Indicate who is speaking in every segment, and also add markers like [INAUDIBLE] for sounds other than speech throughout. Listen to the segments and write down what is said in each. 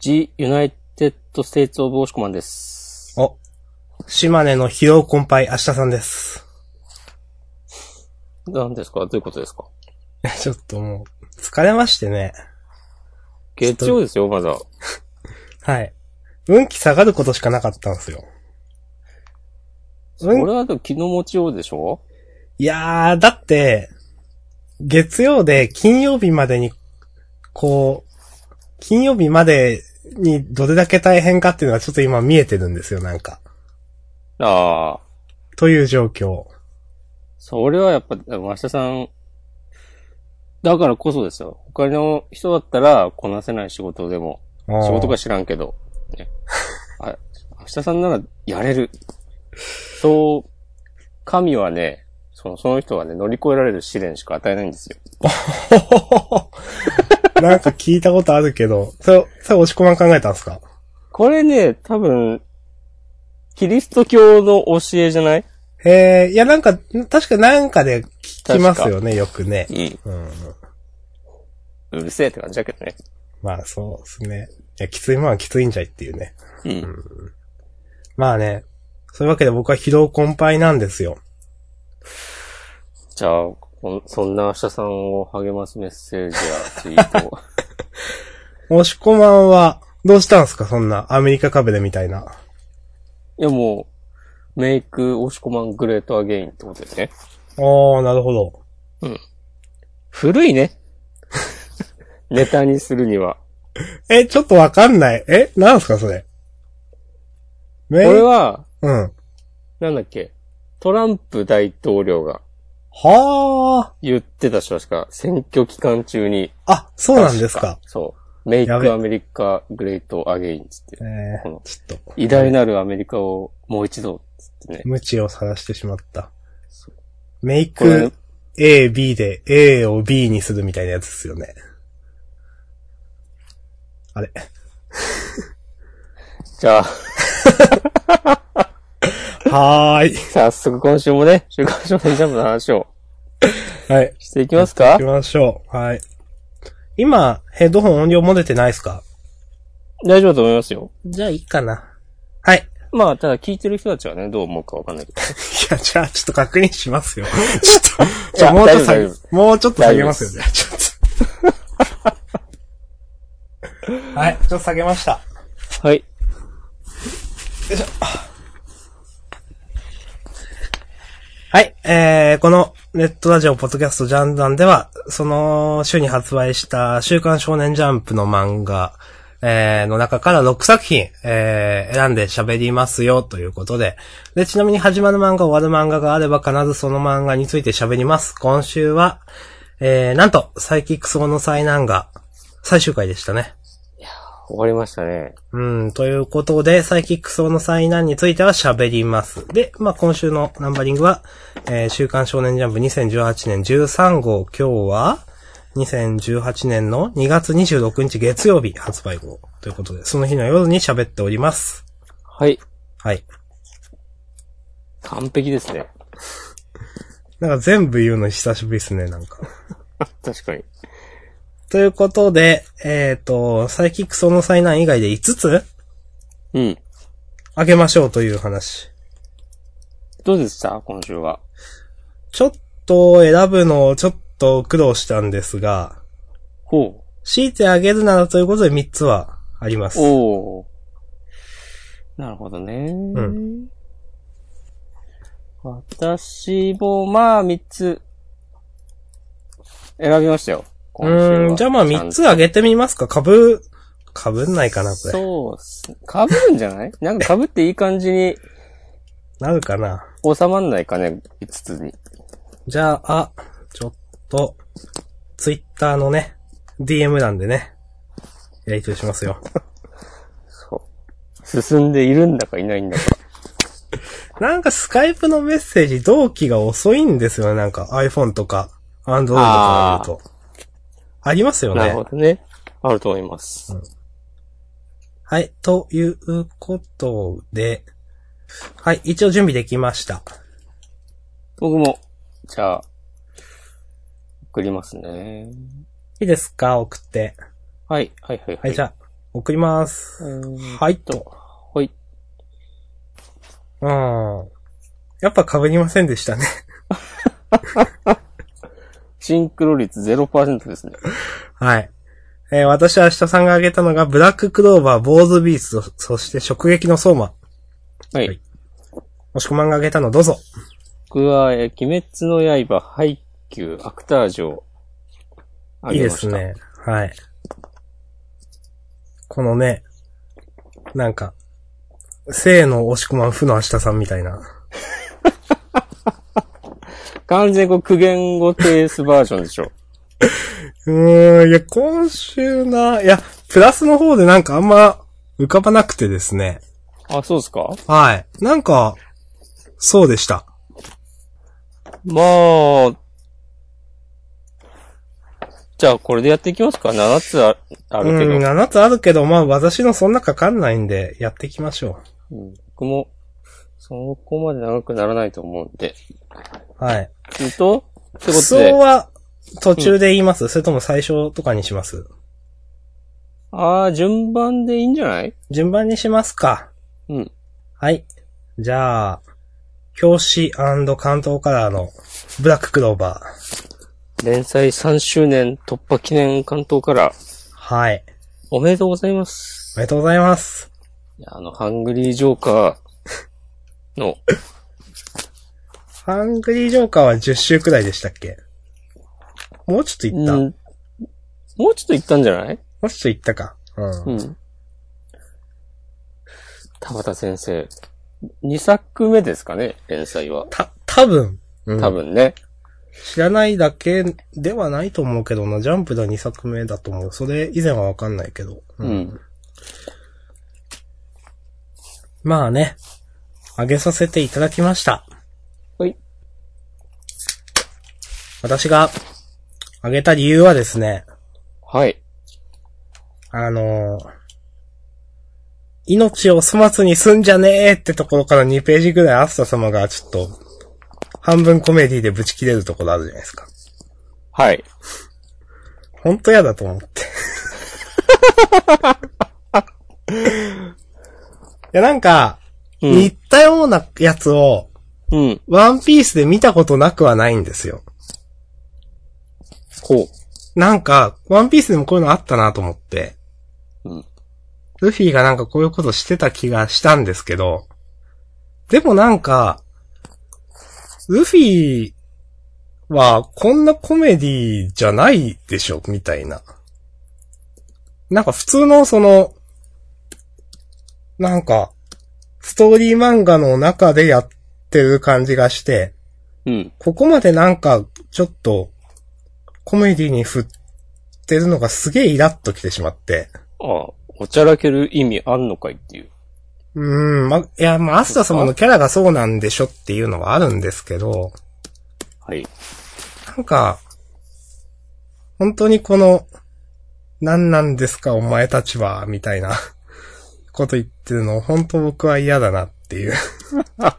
Speaker 1: The United States of 押し込まんです。
Speaker 2: お。島根の疲労困憊、明日さんです。
Speaker 1: 何ですかどういうことですか
Speaker 2: ちょっともう、疲れましてね。
Speaker 1: 月曜ですよ、まだ。
Speaker 2: はい。運気下がることしかなかったんですよ。
Speaker 1: 俺
Speaker 2: 運
Speaker 1: は昨日持ちようでしょ
Speaker 2: いやー、だって、月曜で金曜日までに、こう、金曜日までにどれだけ大変かっていうのはちょっと今見えてるんですよ、なんか。
Speaker 1: ああ。
Speaker 2: という状況。
Speaker 1: それはやっぱ、明日さん、だからこそですよ。他の人だったらこなせない仕事でも、
Speaker 2: あー
Speaker 1: 仕事か知らんけど、ね。あ、明日さんならやれる。そう、神はね、そのその人はね、乗り越えられる試練しか与えないんですよ。
Speaker 2: なんか聞いたことあるけど、それ、それ押し込まん考えたんですか
Speaker 1: これね、多分、キリスト教の教えじゃない
Speaker 2: ええいやなんか、確かなんかで聞きますよね、よくね。
Speaker 1: うん。
Speaker 2: うんうん。
Speaker 1: うるせえって感じだけどね。
Speaker 2: まあそうですね。いや、きついもんはきついんじゃいっていうね。
Speaker 1: うん。
Speaker 2: まあね。そういうわけで僕は疲労困憊なんですよ。
Speaker 1: じゃあ、こんそんな明日さんを励ますメッセージやツイートを。 [LAUGHS]
Speaker 2: 押し込まんは、どうしたんすかそんな、アメリカ壁でみたいな。
Speaker 1: いやもう、メイク、押し込まんグレートアゲインってことですね。
Speaker 2: おー、なるほど。
Speaker 1: 古い [LAUGHS] ね。ネタにするには。
Speaker 2: え、ちょっとわかんない。え、なんすかそれ。
Speaker 1: こ
Speaker 2: め
Speaker 1: れは、
Speaker 2: うん。
Speaker 1: なんだっけ、トランプ大統領が
Speaker 2: は
Speaker 1: 言ってた人確か、選挙期間中に、
Speaker 2: ー。あ、そうなんですか。
Speaker 1: そう。メイ
Speaker 2: やべ
Speaker 1: クアメリカグレートアゲインつって
Speaker 2: え。
Speaker 1: こ
Speaker 2: ー
Speaker 1: の、
Speaker 2: ちょっと。
Speaker 1: 偉大なるアメリカをもう一度、つってね。
Speaker 2: 無知を晒してしまった。メイ
Speaker 1: これ
Speaker 2: ク、A、B で A を B にするみたいなやつですよね。あれ。
Speaker 1: じゃあ、 [LAUGHS]
Speaker 2: はーい。
Speaker 1: 早速今週もね、週刊少年ジャンプの話を
Speaker 2: はい。
Speaker 1: していきますか
Speaker 2: 行きましょう。はい。今、ヘッドホン音量漏れてないですか
Speaker 1: 大丈夫だと思いますよ。
Speaker 2: じゃあいいかな。はい。
Speaker 1: まあ、ただ聞いてる人たちはね、どう思うかわかんないけど。
Speaker 2: いや、じゃあちょっと確認
Speaker 1: [LAUGHS]
Speaker 2: しますよ。ちょっと、
Speaker 1: い
Speaker 2: じゃ
Speaker 1: や
Speaker 2: あもうちょっと下
Speaker 1: 大丈
Speaker 2: げ
Speaker 1: 夫大丈、
Speaker 2: もうちょっと下げますよ、じゃあちょっと。はい、ちょっと下げました。
Speaker 1: はい。
Speaker 2: はい、えー、このネットラジオポッドキャストジャンダンでは、その週に発売した週刊少年ジャンプの漫画、えー、の中から6作品、えー、選んで喋りますよということで、で、ちなみに始まる漫画、終わる漫画があれば必ずその漫画について喋ります。今週は、えー、なんと、サイキックス語の災難が最終回でしたね。
Speaker 1: 終わりましたね。
Speaker 2: うん、ということで、サイキック層の災難については喋ります。で、まあ、今週のナンバリングは、えー週刊少年ジャンプ2018年13号、今日は、2018年の2月26日月曜日発売号ということで、その日の夜に喋っております。
Speaker 1: はい。
Speaker 2: はい。
Speaker 1: 完璧
Speaker 2: [LAUGHS]
Speaker 1: ですね。
Speaker 2: なんか全部言うの久しぶりですね、なんか。 [LAUGHS]
Speaker 1: 確かに。
Speaker 2: ということで、えっ、と、サイキック層の災難以外で5つ
Speaker 1: うん。
Speaker 2: あげましょうという話。
Speaker 1: どうでした今週は。
Speaker 2: ちょっと選ぶのをちょっと苦労したんですが、
Speaker 1: ほ
Speaker 2: 強いてあげるならということで3つはありま
Speaker 1: う。
Speaker 2: す。。
Speaker 1: おー。なるほどね。うん私も、まあ、三つ、選びましたよ。
Speaker 2: う
Speaker 1: 今週は
Speaker 2: ーん、じゃあまあ3つあげてみますか。かぶ、かぶんないかな、これ。
Speaker 1: そうっす。被るんじゃない [LAUGHS] なんか被っていい感じに
Speaker 2: なるかな。
Speaker 1: 収まんないかね、5つに。
Speaker 2: じゃあ、ちょっと、ツイッターのね、DM 欄でね、やりとりしま
Speaker 1: [LAUGHS]
Speaker 2: すよ。
Speaker 1: そう。進んでいるんだかいないんだか。
Speaker 2: なんかスカイプのメッセージ同期が遅いんですよね。なんか iPhone とか Android とか見ると。ありますよね。
Speaker 1: なるほどね。あると思います。
Speaker 2: はい、ということで、はい、一応準備できました。
Speaker 1: 僕も、じゃあ、送りますね。
Speaker 2: いいですか送って。
Speaker 1: はい、はい、はい、
Speaker 2: はい、じゃあ、送ります。はいと。
Speaker 1: ほい。
Speaker 2: うん。やっぱ被りませんでしたね。 [LAUGHS]
Speaker 1: シンクロ率0%ですね。
Speaker 2: はい。えー私は明日さんが挙げたのが、ブラッククローバー、ボーズビースト、そして直撃の相馬。
Speaker 1: はい。
Speaker 2: はいもしくまんが挙げたのどうぞ。
Speaker 1: 僕は、えー、鬼滅の刃、ハイキュー、アクタージョー。あ
Speaker 2: いい
Speaker 1: げ
Speaker 2: で
Speaker 1: まし
Speaker 2: す
Speaker 1: た。
Speaker 2: ね。はい。このね、なんか、生の押しくまん、負の明日さんみたいな。
Speaker 1: 完全にこう苦言語テイスバージョンでし
Speaker 2: [LAUGHS]
Speaker 1: ょ。
Speaker 2: うーん、いや、今週な、いや、プラスの方でなんかあんま浮かばなくてですね。
Speaker 1: あ、そうですか
Speaker 2: はい。なんか、そうでした。
Speaker 1: まあ、じゃあこれでやっていきますか ?7 つああるけど
Speaker 2: うん、。7つあるけど、まあ私のそんなかかんないんで、やっていきましょ
Speaker 1: うん僕も、そこまで長くならないと思うんで。
Speaker 2: う。はい。
Speaker 1: すると、って
Speaker 2: 服
Speaker 1: こと
Speaker 2: 装
Speaker 1: で、
Speaker 2: は途中で言います、それとも最初とかにします
Speaker 1: ああ、順番でいいんじゃない
Speaker 2: 順番にしますか。
Speaker 1: うん。
Speaker 2: はい。じゃあ、表紙関東カラーのブラッククローバー。
Speaker 1: 連載3周年突破記念関東から、
Speaker 2: はい。
Speaker 1: おめでとうございます。
Speaker 2: おめでとうございます。
Speaker 1: いやあの、ハングリージョーカーの、
Speaker 2: ハングリージョーカーは10周くらいでしたっけもうちょっといった、
Speaker 1: う
Speaker 2: も
Speaker 1: んもうちょっと行ったんじゃないう
Speaker 2: ちょっといったか。うん。
Speaker 1: うん。田畑先生、2作目ですかね、連載は。
Speaker 2: た、多分、うん
Speaker 1: 多分ね。
Speaker 2: 知らないだけではないと思うけどな、ジャンプの2作目だと思う。それ以前はわかんないけど。
Speaker 1: うん。
Speaker 2: まあね、あげさせていただきました。
Speaker 1: はい。
Speaker 2: 私があげた理由はですね、
Speaker 1: はい。
Speaker 2: あのー命を粗末にすんじゃねえってところから2ページぐらいアスタ様がちょっと、半分コメディでブチ切れるところあるじゃないですか。
Speaker 1: はい。
Speaker 2: ほんと嫌だと思って。いや、なんか、
Speaker 1: うん
Speaker 2: 似たようなやつを、
Speaker 1: うん。
Speaker 2: ワンピースで見たことなくはないんですよ。
Speaker 1: こ
Speaker 2: なんか、ワンピースでもこういうのあったなと思って。
Speaker 1: う。うん。
Speaker 2: ルフィがなんかこういうことしてた気がしたんですけど、でもなんか、ルフィはこんなコメディじゃないでしょ、みたいな。なんか普通のその、なんか、ストーリー漫画の中でやってる感じがして、
Speaker 1: うん。
Speaker 2: ここまでなんか、ちょっと、コメディに振ってるのがすげえイラッときてしまって。
Speaker 1: ああ、おちゃらける意味あんのかいっていう。
Speaker 2: うーん、ま、いや、まあ、アスタ様のキャラがそうなんでしょっていうのはあるんですけど、
Speaker 1: はい。
Speaker 2: なんか、本当にこの、何なんですかお前たちは、みたいなこと言ってるの、本当僕は嫌だなって [LAUGHS] いう。な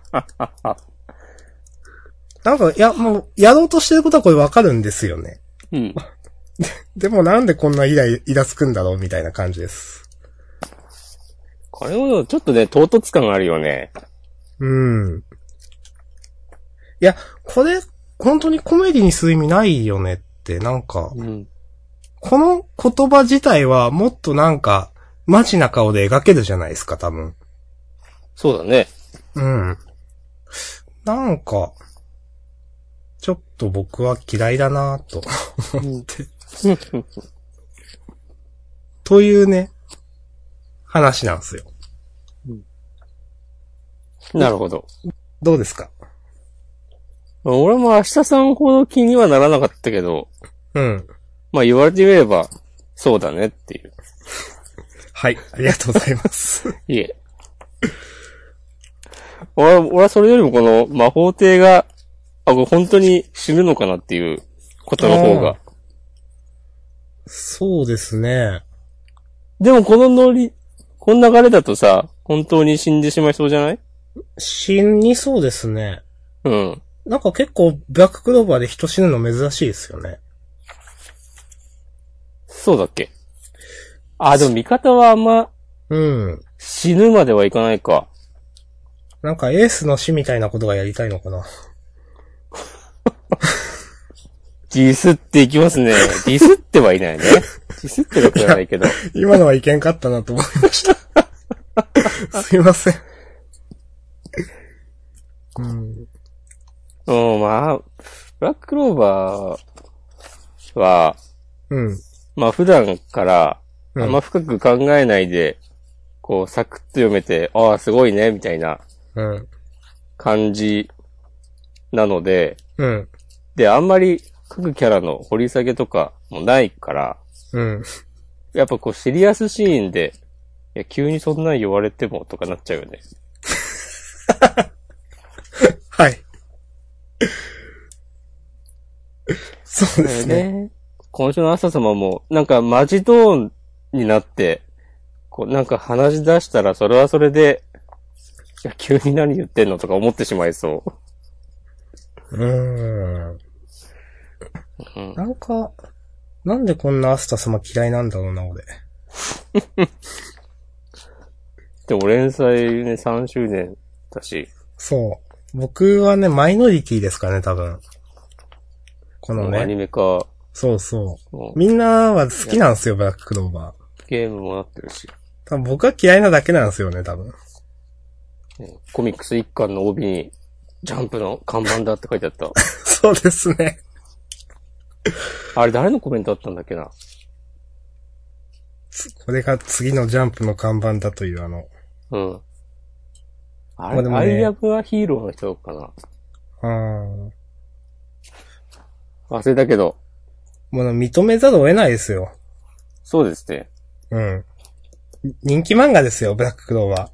Speaker 2: んか、いや、もう、やろうとしてることはこれわかるんですよね。
Speaker 1: うん。
Speaker 2: でもなんでこんなイライイラつくんだろうみたいな感じです。
Speaker 1: これもちょっとね、唐突感があるよね。
Speaker 2: うん。いや、これ、本当にコメディにする意味ないよねって、なんか、
Speaker 1: うん。
Speaker 2: この言葉自体はもっとなんか、マジな顔で描けるじゃないですか、多分。
Speaker 1: そうだね。
Speaker 2: うん。なんか、ちょっと僕は嫌いだなぁと。 [LAUGHS] というね、話なんですよ。
Speaker 1: なるほど。
Speaker 2: どうですか
Speaker 1: 俺も明日さんほど気にはならなかったけど、
Speaker 2: うん。
Speaker 1: まあ言われてみれば、そうだねっていう。
Speaker 2: はい。ありがとうございます。
Speaker 1: いえ。俺は、俺はそれよりもこの魔法帝が、あ、これ本当に死ぬのかなっていうことの方
Speaker 2: あー
Speaker 1: が。
Speaker 2: そうですね。
Speaker 1: でもこのノリ、この流れだとさ、本当に死んでしまいそうじゃない
Speaker 2: 死にそうですね。
Speaker 1: うん。
Speaker 2: なんか結構、ブラッククローバーで人死ぬの珍しいですよね。
Speaker 1: そうだっけあ、でも味方はあんま
Speaker 2: うん。
Speaker 1: 死ぬまではいかないか。
Speaker 2: なんかエースの死みたいなことがやりたいのかな。
Speaker 1: ディスっていきますね。ディスってはいないね。ディスってるわけじゃないけど。
Speaker 2: 今のはいけんかったなと思いました。 [LAUGHS] すいません。うん。
Speaker 1: うん、まあ、ブラッククローバーは、
Speaker 2: うん。
Speaker 1: まあ普段から、
Speaker 2: うん
Speaker 1: あんま深く考えないで、こう、サクッと読めて、ああ、すごいね、みたいな
Speaker 2: うん。
Speaker 1: 感じなので、
Speaker 2: うん。
Speaker 1: で、あんまり各キャラの掘り下げとかもないから、
Speaker 2: うん。
Speaker 1: やっぱこうシリアスシーンで、いや、急にそんなん言われてもとかなっちゃうよね。
Speaker 2: はい。そうですね。
Speaker 1: ね。今週の朝様も、なんかマジドーンになって、こうなんか話し出したらそれはそれで、いや、急に何言ってんのとか思ってしまいそう
Speaker 2: うん。
Speaker 1: う。うん、
Speaker 2: なんか、なんでこんなアスタ様嫌いなんだろうな、俺。
Speaker 1: でも連載ね、3周年だし、
Speaker 2: そう。僕はね、マイノリティですかね、多分。この
Speaker 1: もうアニ
Speaker 2: ね。
Speaker 1: メ化、
Speaker 2: そうそ
Speaker 1: も
Speaker 2: う。みんなは好きなんですよ、ブラッククローバー。
Speaker 1: うゲームもなってるし、
Speaker 2: 多分僕は嫌いなだけなんですよね、多分。 [LAUGHS]
Speaker 1: ねコミックス一巻の帯に、ジャンプの看板だって書いてあった。
Speaker 2: そうですね。
Speaker 1: あれ誰のコメントあったんだっけな
Speaker 2: これが次のジャンプの看板だというあの。
Speaker 1: うん。あ
Speaker 2: まあ
Speaker 1: れ、
Speaker 2: でも
Speaker 1: ア
Speaker 2: ね
Speaker 1: イアムはヒーローの人かな
Speaker 2: あー
Speaker 1: 忘れたけど、
Speaker 2: もう認めざるを得ないですよ。
Speaker 1: そうですね。
Speaker 2: うん。人気漫画ですよ、ブラッククローバ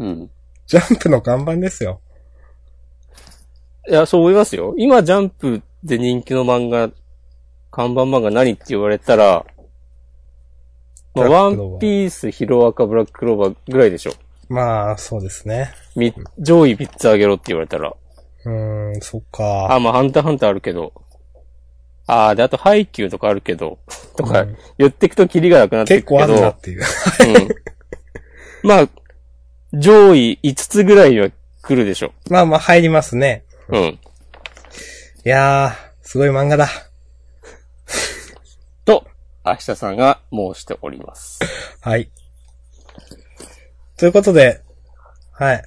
Speaker 2: ー。
Speaker 1: うん。
Speaker 2: ジャンプの看板ですよ。
Speaker 1: いや、そう思いますよ。今、ジャンプで人気の漫画、看板漫画何って言われたら、まあ、
Speaker 2: ブラ
Speaker 1: ワ
Speaker 2: ッククローバー
Speaker 1: ンピース、ヒロアカ、ブラッククローバーぐらいでしょ。
Speaker 2: まあ、そうですね。
Speaker 1: み、上位3つあげろって言われたら。
Speaker 2: うーん、そっか。
Speaker 1: あ、まあ、ハンターハンターあるけど。ああ、で、あと、ハイキューとかあるけど、と
Speaker 2: う
Speaker 1: か
Speaker 2: ん、
Speaker 1: 言ってくとキリがなくなって
Speaker 2: 結
Speaker 1: くけ
Speaker 2: 構あ
Speaker 1: ど。
Speaker 2: るなっていう。
Speaker 1: うん。まあ、上位5つぐらいは来るでしょ。
Speaker 2: まあまあ、入りますね。
Speaker 1: うん。
Speaker 2: いやー、すごい漫画だ。
Speaker 1: と、明日さんが申しております。
Speaker 2: はい。ということで、はい。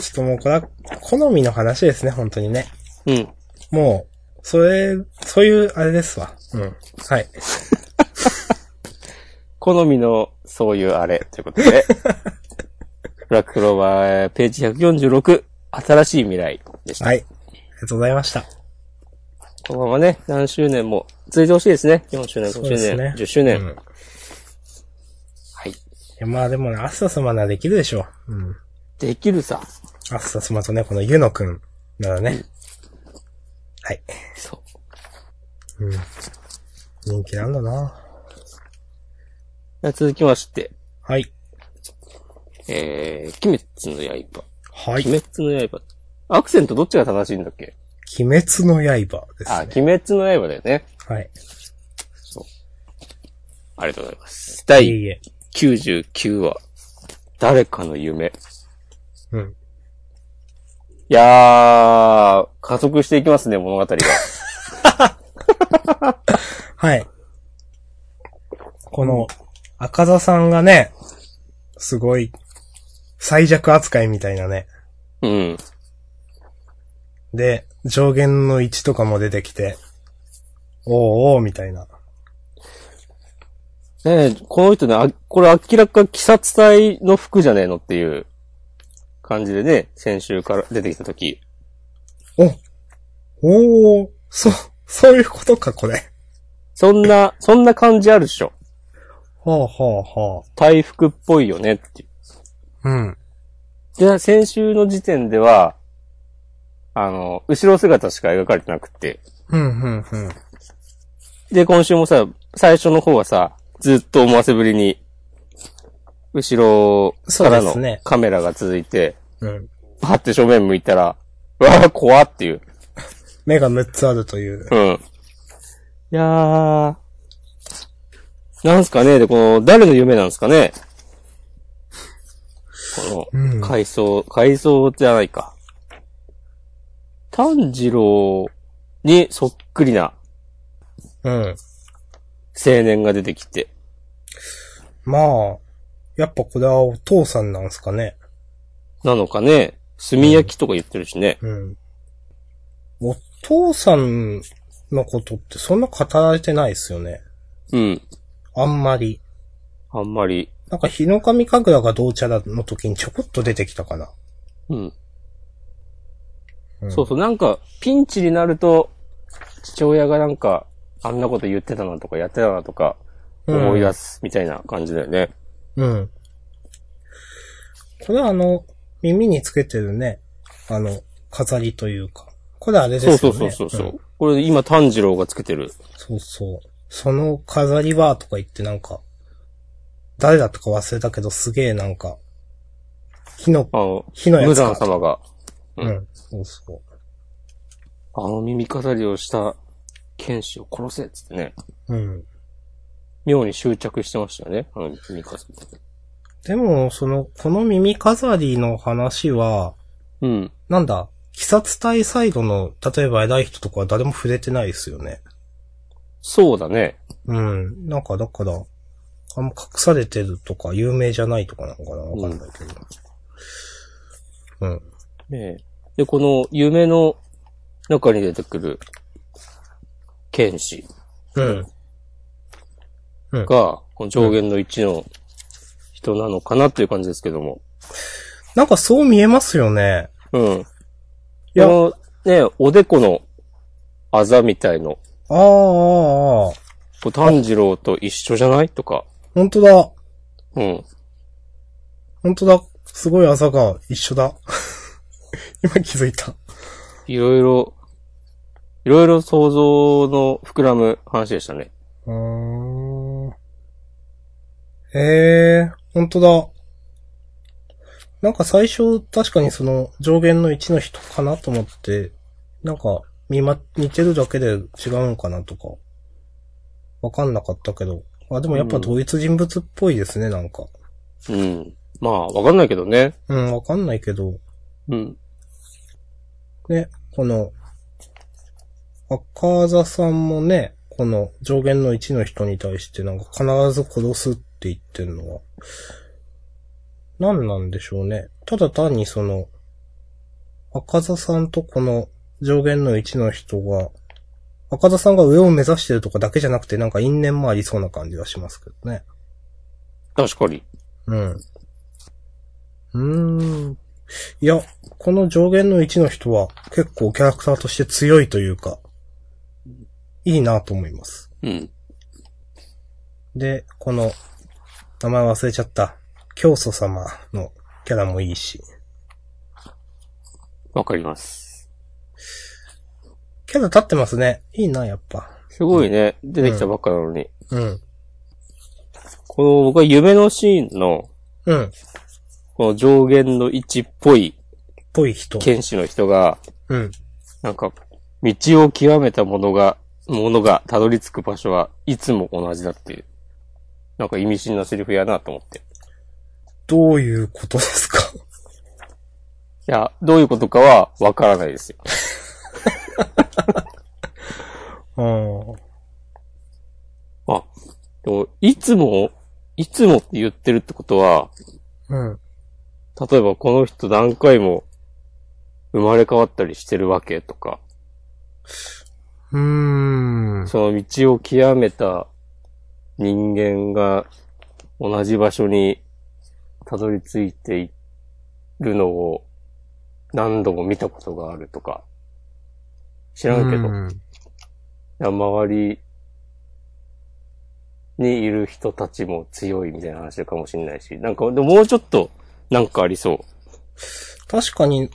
Speaker 2: ちょっともうこれは、好みの話ですね、本当にね。
Speaker 1: うん。
Speaker 2: もう、それ、そういう、あれですわ。うん。はい。
Speaker 1: 好みの、そういうあれ、ということ
Speaker 2: [LAUGHS]
Speaker 1: で。ブラッククローバーえー、ページ146、新しい未来でした。
Speaker 2: はい。ありがとうございました。
Speaker 1: このままね、何周年も続いてほしいですね。4周年、5
Speaker 2: そう
Speaker 1: 周
Speaker 2: です
Speaker 1: 年、
Speaker 2: ね。
Speaker 1: 10周年。
Speaker 2: うんい
Speaker 1: はい。
Speaker 2: や、まあでもね、アスタ様ならできるでしょう。うん。
Speaker 1: できるさ。
Speaker 2: アスタ様とね、このユノくんならね。はい。
Speaker 1: そう。
Speaker 2: うん。人気なんだな
Speaker 1: じゃあ続きまして、
Speaker 2: はい。
Speaker 1: えー、鬼滅の刃。
Speaker 2: はい。
Speaker 1: 鬼滅の刃。アクセントどっちが正しいんだっけ
Speaker 2: 鬼滅の刃です
Speaker 1: あ、
Speaker 2: ね。
Speaker 1: 鬼滅の刃だよね。
Speaker 2: はい。
Speaker 1: ありがとうございます。
Speaker 2: いえ
Speaker 1: 第
Speaker 2: いえ。
Speaker 1: 99話。誰かの夢。
Speaker 2: うん。
Speaker 1: いやー、加速していきますね、物語が。
Speaker 2: はい。この、赤座さんがね、すごい、最弱扱いみたいなね。
Speaker 1: うん。
Speaker 2: で、上限の1とかも出てきて、おーおーみたいな。
Speaker 1: ねえ、この人ね、あこれ明らか鬼殺隊の服じゃねえのっていう感じでね、先週から出てきたとき。
Speaker 2: おおーそ、そういうことか、これ。
Speaker 1: そんな、そんな感じあるっしょ。
Speaker 2: ほうほうほ。
Speaker 1: 大服っぽいよねっていう
Speaker 2: うん。
Speaker 1: う。で、先週の時点では、あの、後ろ姿しか描かれてなくて。
Speaker 2: うん、うん、うん。
Speaker 1: で、今週もさ、最初の方はさ、ずっと思わせぶりに、後ろから
Speaker 2: そうです
Speaker 1: の
Speaker 2: ね
Speaker 1: カメラが続いて、
Speaker 2: うん。
Speaker 1: パって正面向いたら、うわあ、怖っていう。
Speaker 2: 目が6つあるという。
Speaker 1: うん。いやー、なんすかねで、この、誰の夢なんすかねこの、回想、回想じゃないか。炭治郎にそっくりな
Speaker 2: うん。
Speaker 1: 青年が出てきて。
Speaker 2: まあ、やっぱこれはお父さんなんすかね。
Speaker 1: なのかね炭焼きとか言ってるしね。
Speaker 2: うん。お父さんのことってそんな語られてないですよね。
Speaker 1: うん。
Speaker 2: あんまり。
Speaker 1: あんまり。
Speaker 2: なんか、日の神神楽がどうちゃらの時にちょこっと出てきたかな。
Speaker 1: うん。
Speaker 2: うん
Speaker 1: そうそう、なんか、ピンチになると、父親がなんか、あんなこと言ってたなとか、やってたなとか、思い出すみたいな感じだよね。
Speaker 2: うん。これはあの、耳につけてるね、あの、飾りというか。これあれですよ
Speaker 1: そう
Speaker 2: ね。
Speaker 1: そうそうそうそう、
Speaker 2: ん
Speaker 1: これ今炭治郎がつけてる。
Speaker 2: そうそう。その飾りはとか言ってなんか、誰だったか忘れたけどすげえなんか、火の
Speaker 1: あ、の、
Speaker 2: 火のや
Speaker 1: 無
Speaker 2: つか
Speaker 1: 惨様が、
Speaker 2: う
Speaker 1: うん
Speaker 2: ん、そうそう。
Speaker 1: あの耳飾りをした剣士を殺せっつってね、
Speaker 2: うん。
Speaker 1: 妙に執着してましたよね、あの耳飾り。
Speaker 2: でも、その、この耳飾りの話は、
Speaker 1: うん。
Speaker 2: なんだ、鬼殺隊サイドの、例えば偉い人とかは誰も触れてないですよね。
Speaker 1: そうだね。
Speaker 2: うん。なんか、だから、あんま隠されてるとか、有名じゃないとかなのかなわかんないけど。うん。
Speaker 1: ねえで、この夢の中に出てくる剣士
Speaker 2: うん。
Speaker 1: が、この上限の1の人なのかなっていう感じですけども。
Speaker 2: なんかそう見えますよね。
Speaker 1: うん。
Speaker 2: いや
Speaker 1: このね、おでこのあざみたいの、
Speaker 2: ああ、ああ、ああ。
Speaker 1: こう炭治郎と一緒じゃないとか。
Speaker 2: ほんとだ。
Speaker 1: うん。
Speaker 2: ほんとだ。すごい朝が一緒だ。 [LAUGHS] 今気づいた。
Speaker 1: いろいろ、いろいろ想像の膨らむ話でしたね。
Speaker 2: うーん。ええー、ほんとだ。なんか最初、確かにその上限の1の人かなと思って、なんか、見ま、似てるだけで違うんかなとか、わかんなかったけど。あ、でもやっぱ同一人物っぽいですね、なんか。
Speaker 1: うん。まあ、わかんないけどね。
Speaker 2: うん、わかんないけど、
Speaker 1: うん。
Speaker 2: ね、この、赤座さんもね、この上限の1の人に対してなんか必ず殺すって言ってるのは、何なんでしょうね。ただ単にその、赤座さんとこの上限の1の人が、赤座さんが上を目指してるとかだけじゃなくてなんか因縁もありそうな感じがしますけどね。
Speaker 1: 確かに。
Speaker 2: うん。うーん。いや、この上限の1の人は結構キャラクターとして強いというか、いいなと思います。
Speaker 1: うん。
Speaker 2: で、この、名前忘れちゃった、教祖様のキャラもいいし、
Speaker 1: わかります。
Speaker 2: キャラ立ってますね。いいな、やっぱ。
Speaker 1: すごいね。出てきたばっかなのに。
Speaker 2: うん。
Speaker 1: この、僕は夢のシーンの、
Speaker 2: うん。
Speaker 1: この上限の位置っぽい
Speaker 2: ぽい人。
Speaker 1: 剣士の人が、
Speaker 2: うん。
Speaker 1: なんか、道を極めた者が、者がたどり着く場所はいつも同じだっていう。なんか意味深なセリフやなと思って。い
Speaker 2: どういうことですか [LAUGHS]
Speaker 1: や、どういうことかはわからないですよ。
Speaker 2: あー
Speaker 1: あ、でも、いつも、いつもって言ってるってことは、
Speaker 2: うん。
Speaker 1: 例えばこの人何回も生まれ変わったりしてるわけとか、
Speaker 2: うーん。
Speaker 1: その道を極めた人間が同じ場所にたどり着いているのを何度も見たことがあるとか、知らんけど、い
Speaker 2: うん
Speaker 1: や周りにいる人たちも強いみたいな話かもしれないし、なんか、でももうちょっとなんかありそう。
Speaker 2: 確かに、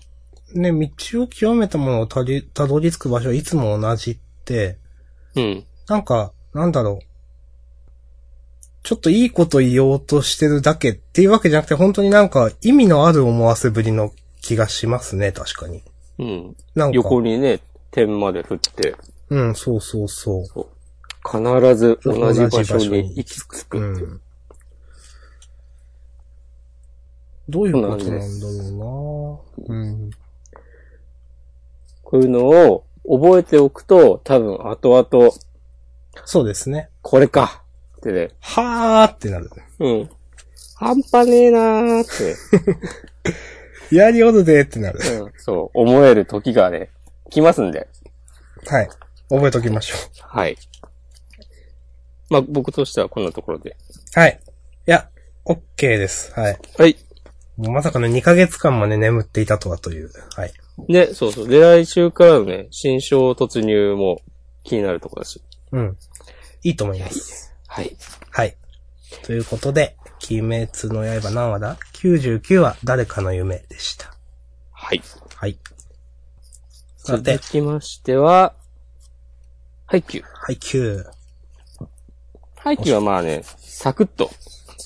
Speaker 2: ね、道を極めたものをたりたどり着く場所はいつも同じって、
Speaker 1: うん。
Speaker 2: なんか、なんだろう。ちょっといいこと言おうとしてるだけっていうわけじゃなくて、本当になんか意味のある思わせぶりの気がしますね、確かに。
Speaker 1: うん。
Speaker 2: なんか。
Speaker 1: 横にね、点まで振って、
Speaker 2: うん、そうそうそう。
Speaker 1: そう必ず同じ場所に行き着く。
Speaker 2: うん。どういうことなんだ
Speaker 1: そうなんで
Speaker 2: ろうなうん。
Speaker 1: こういうのを覚えておくと、多分後々、
Speaker 2: そうですね。
Speaker 1: これかってね、
Speaker 2: はーってなる。
Speaker 1: うん。半端ねえなーって、
Speaker 2: やりおるでーってなる。
Speaker 1: うんそう、思える時がね、来ますんで。
Speaker 2: はい。覚えときましょ
Speaker 1: はい。まあ、僕としてはこんなところで。
Speaker 2: う。はい。いや、OK です。はい。
Speaker 1: はい。
Speaker 2: もうまさかの2ヶ月間もね、眠っていたとはという。はい。
Speaker 1: ね、そうそう。で、来週からのね、新章突入も気になるところだし。
Speaker 2: うん。いいと思います。
Speaker 1: はい。
Speaker 2: はい。ということで、鬼滅の刃何話だ ?99 話、誰かの夢でした。
Speaker 1: はい。
Speaker 2: はい。さ
Speaker 1: 続
Speaker 2: て、
Speaker 1: きましては、ハイキュー。
Speaker 2: はい、9。
Speaker 1: ハイキューはまあね、サクッと。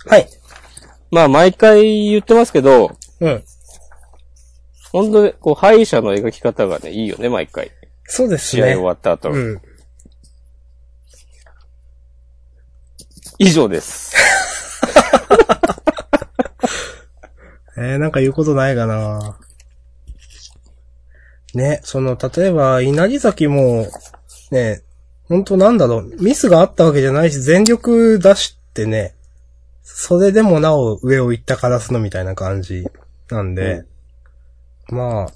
Speaker 2: はい。
Speaker 1: まあ、毎回言ってますけど、
Speaker 2: うん。
Speaker 1: 本当に、こう、敗者の描き方がね、いいよね、毎回。
Speaker 2: そうです
Speaker 1: 試合
Speaker 2: ね。
Speaker 1: 終わった後。
Speaker 2: うん。
Speaker 1: 以上です。
Speaker 2: えー、なんか言うことないかなね、その、例えば、稲荷崎も、ね、ほんとなんだろう、ミスがあったわけじゃないし、全力出してね、それでもなお上を行ったカラスのみたいな感じなんで、まあ、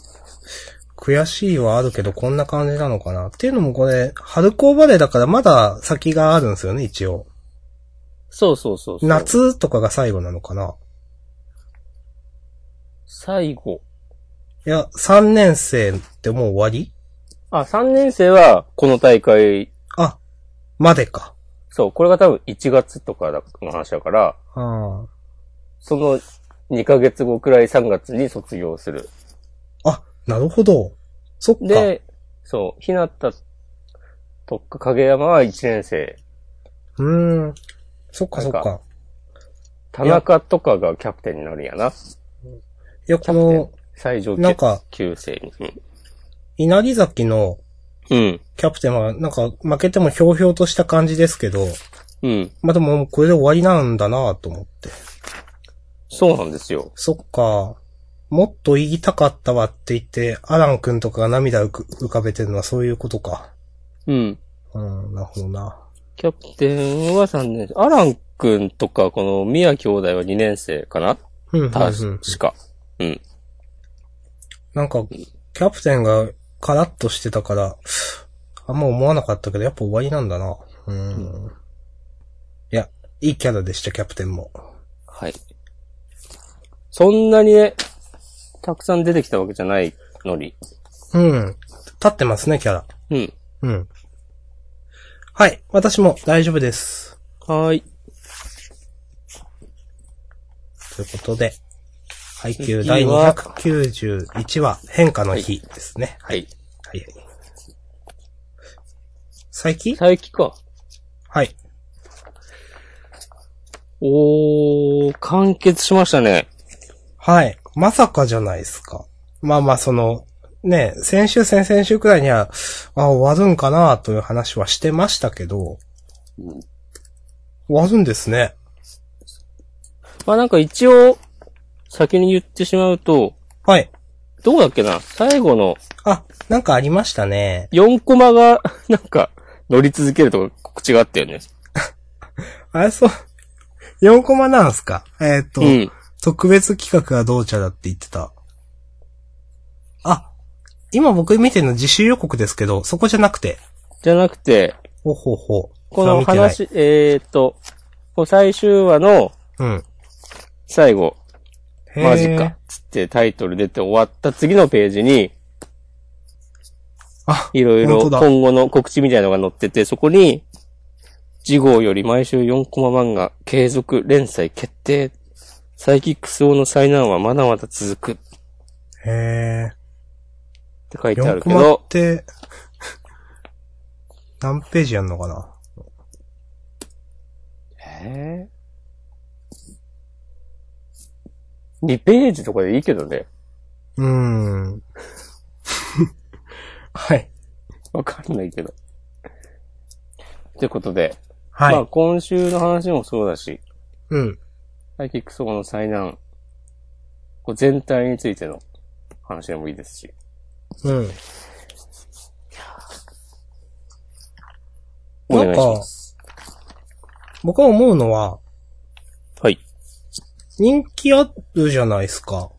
Speaker 2: 悔しいはあるけど、こんな感じなのかな。っていうのもこれ、春高バレーだからまだ先があるんですよね、一応。
Speaker 1: そうそうそうそう。
Speaker 2: 夏とかが最後なのかな。
Speaker 1: 最後。
Speaker 2: いや、3年生ってもう終わり
Speaker 1: あ、3年生は、この大会、
Speaker 2: あ、までか。
Speaker 1: そう、これが多分1月とかの話だから、
Speaker 2: あ
Speaker 1: その2ヶ月後くらい3月に卒業する。
Speaker 2: あ。あ、なるほど。そっか。
Speaker 1: で、そう、ひなたとか影山は1年生。
Speaker 2: うーん。そっかそっか。
Speaker 1: なん田中とかがキャプテンになるんやな。
Speaker 2: いや、この、
Speaker 1: 最上級
Speaker 2: なんか、
Speaker 1: 級生に。
Speaker 2: 稲荷崎の
Speaker 1: うん。うん
Speaker 2: キャプテンは、なんか、負けてもひょうひょうとした感じですけど、
Speaker 1: うん。
Speaker 2: まあ、でももうこれで終わりなんだなと思って。
Speaker 1: そうなんですよ。
Speaker 2: そっか。もっと言いたかったわって言って、アラン君とかが涙を浮かべてるのはそういうことか。
Speaker 1: うん。
Speaker 2: うん、なるほどな。
Speaker 1: キャプテンは3年生。アラン君とか、この宮兄弟は2年生かな
Speaker 2: うん、うん、うん
Speaker 1: 確。か。うん。
Speaker 2: なんか、キャプテンがカラッとしてたから、あんま思わなかったけど、やっぱ終わりなんだな。うん。いや、いいキャラでした、キャプテンも。
Speaker 1: はい。そんなにね、たくさん出てきたわけじゃないのに。
Speaker 2: うん。立ってますね、キャラ。
Speaker 1: うん。
Speaker 2: うん。はい、私も大丈夫です。
Speaker 1: はーい。
Speaker 2: ということで、配
Speaker 1: 次
Speaker 2: 給
Speaker 1: は
Speaker 2: 第291話、変化の日ですね。
Speaker 1: は。い。
Speaker 2: はい、はい。最近
Speaker 1: 佐伯か。
Speaker 2: はい。
Speaker 1: おー、完結しましたね。
Speaker 2: はい。まさかじゃないですか。まあまあ、その、ね、先週、先々週くらいには、あ、終わるんかなという話はしてましたけど、終わるんですね。
Speaker 1: まあなんか一応、先に言ってしまうと、
Speaker 2: はい。
Speaker 1: どうだっけな最後の
Speaker 2: あ、なんかありましたね。
Speaker 1: 4コマが、 [LAUGHS] なんか、乗り続けるとか告知があったよね。
Speaker 2: あれ、そう、4コマなんすかえっ、と、
Speaker 1: うん。
Speaker 2: 特別企画がどうちゃだって言ってた。あ、今僕見てるの自習予告ですけど、そこじゃなくて、
Speaker 1: じゃなくて、
Speaker 2: ほうほうほう。
Speaker 1: この
Speaker 2: それは見て
Speaker 1: 話、えーっと、こう最終話の
Speaker 2: ない、うん。
Speaker 1: 最後、
Speaker 2: へー
Speaker 1: マジか。。つってタイトル出て終わった次のページに、
Speaker 2: あ、
Speaker 1: いろい
Speaker 2: 本当
Speaker 1: ろ
Speaker 2: だ
Speaker 1: 今後の告知みたいなのが載ってて、そこに、次号より毎週4コマ漫画継続連載決定。サイキックス王の災難はまだまだ続くっ
Speaker 2: へー。
Speaker 1: て書いてあ
Speaker 2: 4
Speaker 1: る
Speaker 2: コ
Speaker 1: け
Speaker 2: マっ
Speaker 1: ど、
Speaker 2: て、何ページやんのかな
Speaker 1: えー、2ページとかでいいけどね。
Speaker 2: うーん。はい。
Speaker 1: わかんないけど。ってことで、
Speaker 2: はい。
Speaker 1: まあ今週の話もそうだし、
Speaker 2: うん。
Speaker 1: ハイキックスゴの災難、こう全体についての話でもいいですし。
Speaker 2: うん。
Speaker 1: お願いします。
Speaker 2: 僕は思うのは、
Speaker 1: はい。
Speaker 2: 人気あるじゃないですか。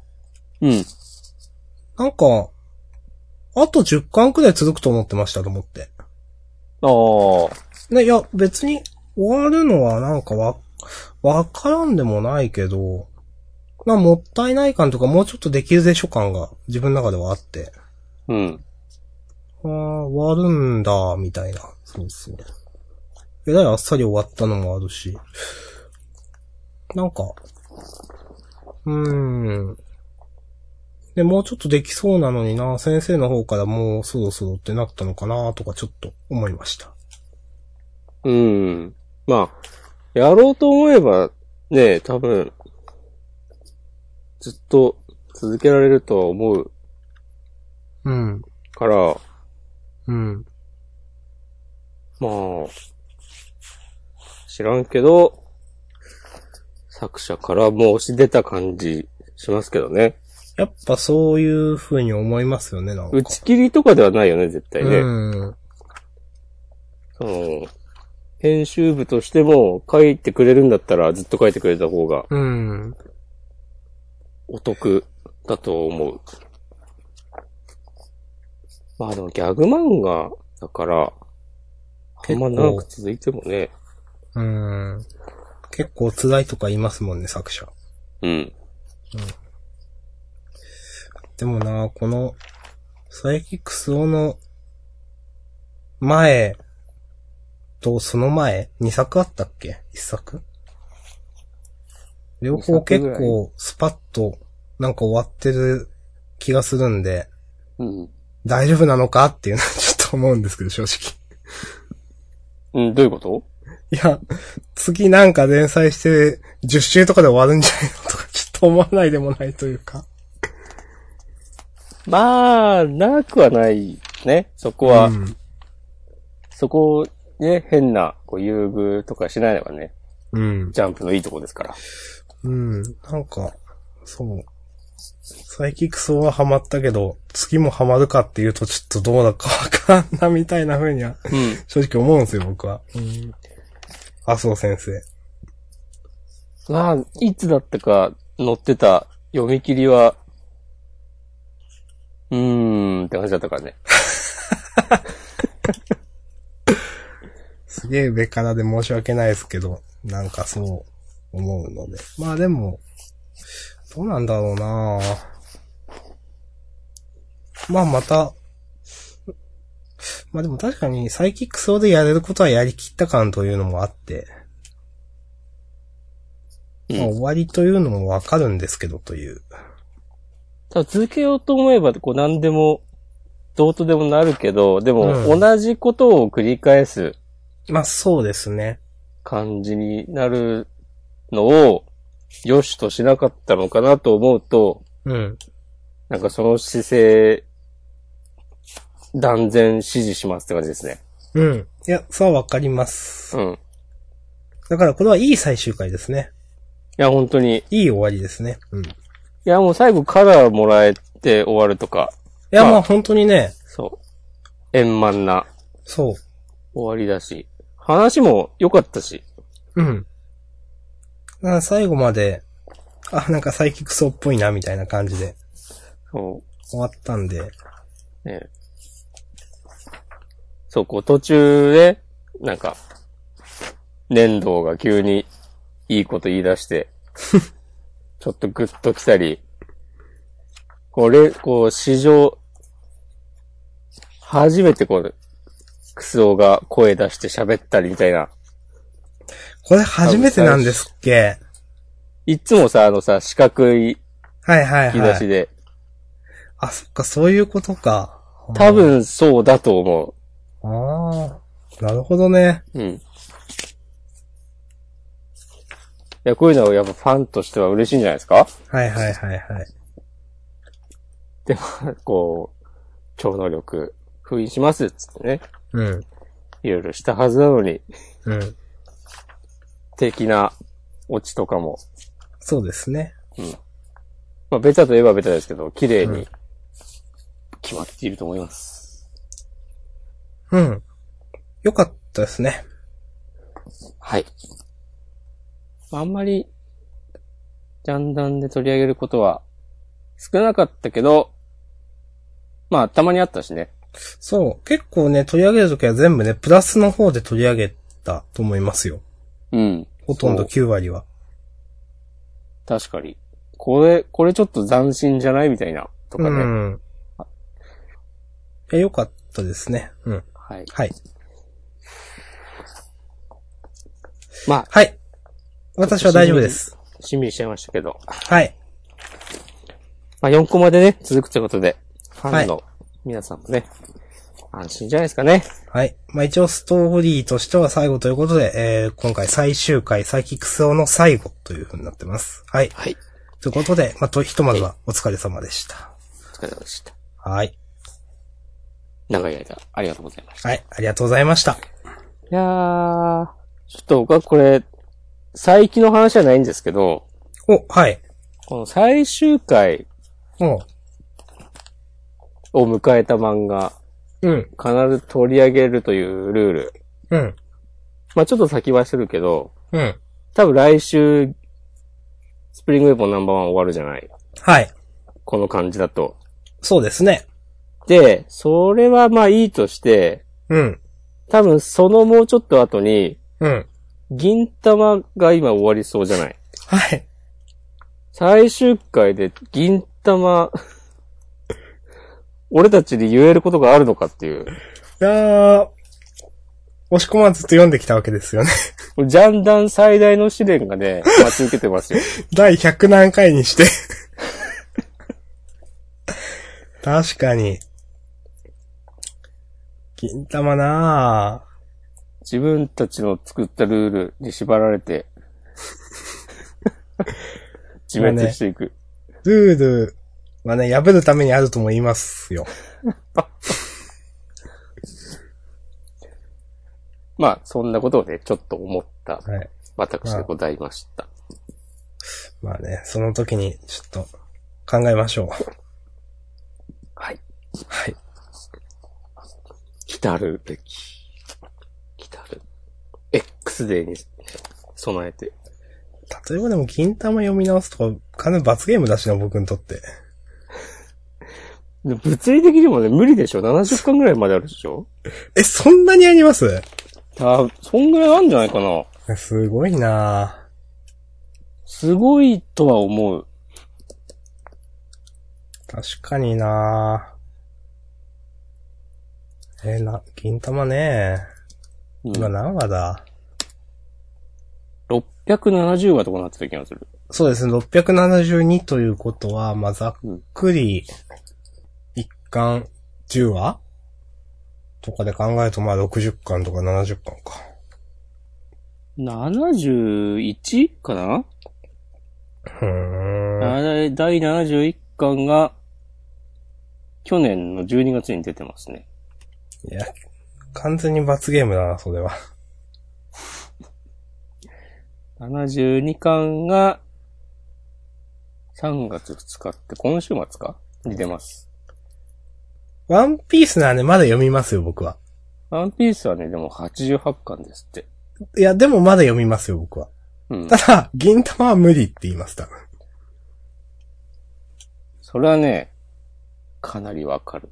Speaker 1: うん。
Speaker 2: なんか、あと10巻くらい続くと思ってましたと思って。
Speaker 1: ああ、
Speaker 2: ね、いや、別に終わるのはなんかわ、わからんでもないけど、な、もったいない感とかもうちょっとできるでしょ感が自分の中ではあって、
Speaker 1: うん。
Speaker 2: ああ、終わるんだ、みたいな。そうそう。えらいあっさり終わったのもあるし。なんか、うーん。で、もうちょっとできそうなのにな、先生の方からもうそろそろってなったのかな、とかちょっと思いました。
Speaker 1: うん。まあ、やろうと思えば、ね、多分、ずっと続けられるとは思う
Speaker 2: うん。
Speaker 1: から、
Speaker 2: うん。
Speaker 1: まあ、知らんけど、作者からもう押し出た感じしますけどね。
Speaker 2: やっぱそういう風に思いますよね、なんか。
Speaker 1: 打ち切りとかではないよね、絶対ね。
Speaker 2: うん。
Speaker 1: その、編集部としても書いてくれるんだったらずっと書いてくれた方が
Speaker 2: うん。
Speaker 1: お得だと思う。まあでもギャグ漫画だから、あんま長く続いてもね。
Speaker 2: うん。結構辛いとか言いますもんね、作者。
Speaker 1: うん。
Speaker 2: でもな、この、サイキックスオの、前、とその前、2作あったっけ ?1 作両
Speaker 1: 二
Speaker 2: 方
Speaker 1: 作ぐ
Speaker 2: 結
Speaker 1: らい
Speaker 2: 構、スパッと、なんか終わってる気がするんで、
Speaker 1: うん。
Speaker 2: 大丈夫なのかっていうのは [LAUGHS] ちょっと思うんですけど、正直。
Speaker 1: うん、どういうこと
Speaker 2: いや、次なんか連載して、10週とかで終わるんじゃないのとか、ちょっと思わないでもないというか。
Speaker 1: まあ、長くはないね。そこは、
Speaker 2: うん。
Speaker 1: そこをね、変なこう優遇とかしないのがね、
Speaker 2: うん。
Speaker 1: ジャンプのいいとこですから。
Speaker 2: うん、なんか、そう。サイキックソーはハマったけど、月もハマるかっていうとちょっとどうだかわからんなみたいな風には、
Speaker 1: うん。
Speaker 2: 正直思うんですよ、僕は。うん。麻生先生。
Speaker 1: まあ、いつだったか載ってた読み切りは、うーんって感じだったからね。
Speaker 2: すげえ上からで申し訳ないですけど、なんかそう思うので。まあでも、どうなんだろうなまあまた、まあでも確かにサイキックソーでやれることはやりきった感というのもあって、
Speaker 1: うん
Speaker 2: まあ終わりというのもわかるんですけどという。
Speaker 1: ただ続けようと思えば、こう何でも、どうとでもなるけど、で
Speaker 2: う
Speaker 1: も
Speaker 2: ん
Speaker 1: 同じことを繰り返す
Speaker 2: まあそうですね。
Speaker 1: 感じになるのを、良しとしなかったのかなと思うと、
Speaker 2: うん。
Speaker 1: なんかその姿勢、断然支持しますって感じですね。
Speaker 2: うん。いや、そうはわかります。
Speaker 1: うん。い
Speaker 2: だからこれはいい最終回ですね。
Speaker 1: や、本当に。い
Speaker 2: いい終わりですね。うん。い
Speaker 1: や、もう最後カラーもらえて終わるとか、
Speaker 2: や、
Speaker 1: まあ
Speaker 2: まあ本当にね、
Speaker 1: そう。円満な
Speaker 2: そう。
Speaker 1: 終わりだし、話も良かったし。
Speaker 2: うん。だから最後まで、あ、なんかサイキックソーっぽいな、みたいな感じで
Speaker 1: そ
Speaker 2: 終わったんで。
Speaker 1: う。ねそう、こう途中で、なんか、粘土が急にいいこと言い出して、ちょっとグッと来たり、これ、こう、史上、初めてこう、クスオが声出して喋ったりみたいな。
Speaker 2: これ初めてなんですっけ
Speaker 1: いっつもさ、あのさ、四角い
Speaker 2: はいはい
Speaker 1: 引き出
Speaker 2: は
Speaker 1: し
Speaker 2: い。
Speaker 1: で、
Speaker 2: あ、そっか、そういうことか。
Speaker 1: 多分そうだと思う。
Speaker 2: あーなるほどね。
Speaker 1: うん。いや、こういうのはやっぱファンとしては嬉しいんじゃないですか
Speaker 2: はいはいはいはい。
Speaker 1: でも、こう、超能力封印しますっつってね。
Speaker 2: うん。
Speaker 1: いろいろしたはずなのに、
Speaker 2: うん。
Speaker 1: 的なオチとかも、
Speaker 2: そうですね。
Speaker 1: まあ、ベタといえばベタですけど、綺麗に決まっていると思います。
Speaker 2: うん。よかったですね。
Speaker 1: はい。あんまり、ジャンダンで取り上げることは少なかったけど、まあ、たまにあったしね。
Speaker 2: そう。結構ね、取り上げるときは全部ね、プラスの方で取り上げたと思いますよ。
Speaker 1: うん。
Speaker 2: ほとんど
Speaker 1: そう
Speaker 2: 9割は。
Speaker 1: 確かに。これ、これちょっと斬新じゃないみたいな、とか
Speaker 2: う
Speaker 1: ね。
Speaker 2: ん。いや、よかったですね。うん。
Speaker 1: はい。
Speaker 2: はい。
Speaker 1: まあ、
Speaker 2: はい。私は大丈夫です。
Speaker 1: しんみりしちゃいましたけど。
Speaker 2: はい。
Speaker 1: まあ、4コマでね、続くということで、フ
Speaker 2: は
Speaker 1: ァ
Speaker 2: い
Speaker 1: ンの皆さんもね、安心じゃないですかね。
Speaker 2: はい。まあ、一応ストーリーとしては最後ということで、えー、今回最終回、サイキクスオの最後という風になってます。はい。
Speaker 1: はい。
Speaker 2: ということで、まあ、と、ひとまずはお疲れ様でした。
Speaker 1: お疲れ様でした。
Speaker 2: はい。
Speaker 1: 長い間、ありがとうございました。
Speaker 2: はい。ありがとうございました。
Speaker 1: いやー、ちょっと僕はこれ、最近の話じゃないんですけど、
Speaker 2: お、はい。
Speaker 1: この最終回
Speaker 2: おう。
Speaker 1: を迎えた漫画、
Speaker 2: うん。
Speaker 1: 必ず取り上げるというルール。
Speaker 2: うん。
Speaker 1: まあちょっと先はするけど、
Speaker 2: うん。
Speaker 1: 多分来週、スプリングウェポンナンバーワン終わるじゃない
Speaker 2: はい。
Speaker 1: この感じだと。
Speaker 2: そうですね。
Speaker 1: で、それはまあいいとして、
Speaker 2: うん。
Speaker 1: 多分そのもうちょっと後に、
Speaker 2: うん。
Speaker 1: 銀玉が今終わりそうじゃない
Speaker 2: はい。
Speaker 1: 最終回で銀玉、 [LAUGHS] 俺たちに言えることがあるのかっていう。
Speaker 2: いやー、押し込まずっと読んできたわけですよね。 [LAUGHS]
Speaker 1: ジャンダン最大の試練がね、待ち受けてますよ。
Speaker 2: 第100何回にして。 [LAUGHS] 確かに。銀玉なぁ。
Speaker 1: 自分たちの作ったルールに縛られて、自滅していく。
Speaker 2: ルールはね、破るためにあるとも言いますよ。
Speaker 1: まあ、そんなことをね、ちょっと思った、
Speaker 2: はい。
Speaker 1: 私でございました。
Speaker 2: まあね、その時にちょっと考えましょう。
Speaker 1: はい。
Speaker 2: はい。
Speaker 1: 来たるべき。来たる。X デーに備えて。
Speaker 2: 例えばでも銀玉読み直すとか、完全に罰ゲームだしな、僕にとって。
Speaker 1: で物理的にもね、無理でしょ ?70 巻ぐらいまであるでしょ
Speaker 2: え、そんなにあります
Speaker 1: たそんぐらいあるんじゃないかな。
Speaker 2: すごいなぁ。
Speaker 1: すごいとは思う。
Speaker 2: 確かになぁ。えーな、銀玉ね
Speaker 1: うん
Speaker 2: 今何話だ、
Speaker 1: 670話とかなってた気がする。
Speaker 2: そうですね、672ということは、まあ、ざっくり、一巻10話とかで考えると、まあ、60巻とか70巻か。
Speaker 1: 71かな、
Speaker 2: ふーん。
Speaker 1: あれ第71巻が、去年の12月に出てますね。
Speaker 2: いや、完全に罰ゲームだな、それは。
Speaker 1: 72巻が、3月2日って今週末かに出ます。
Speaker 2: ワンピースならね、まだ読みますよ、僕は。
Speaker 1: ワンピースはね、でも88巻ですって。
Speaker 2: いや、でもまだ読みますよ、僕は。 [LAUGHS]
Speaker 1: うん。
Speaker 2: ただ、銀玉は無理って言いました。
Speaker 1: それはね、かなりわか
Speaker 2: [LAUGHS]
Speaker 1: る。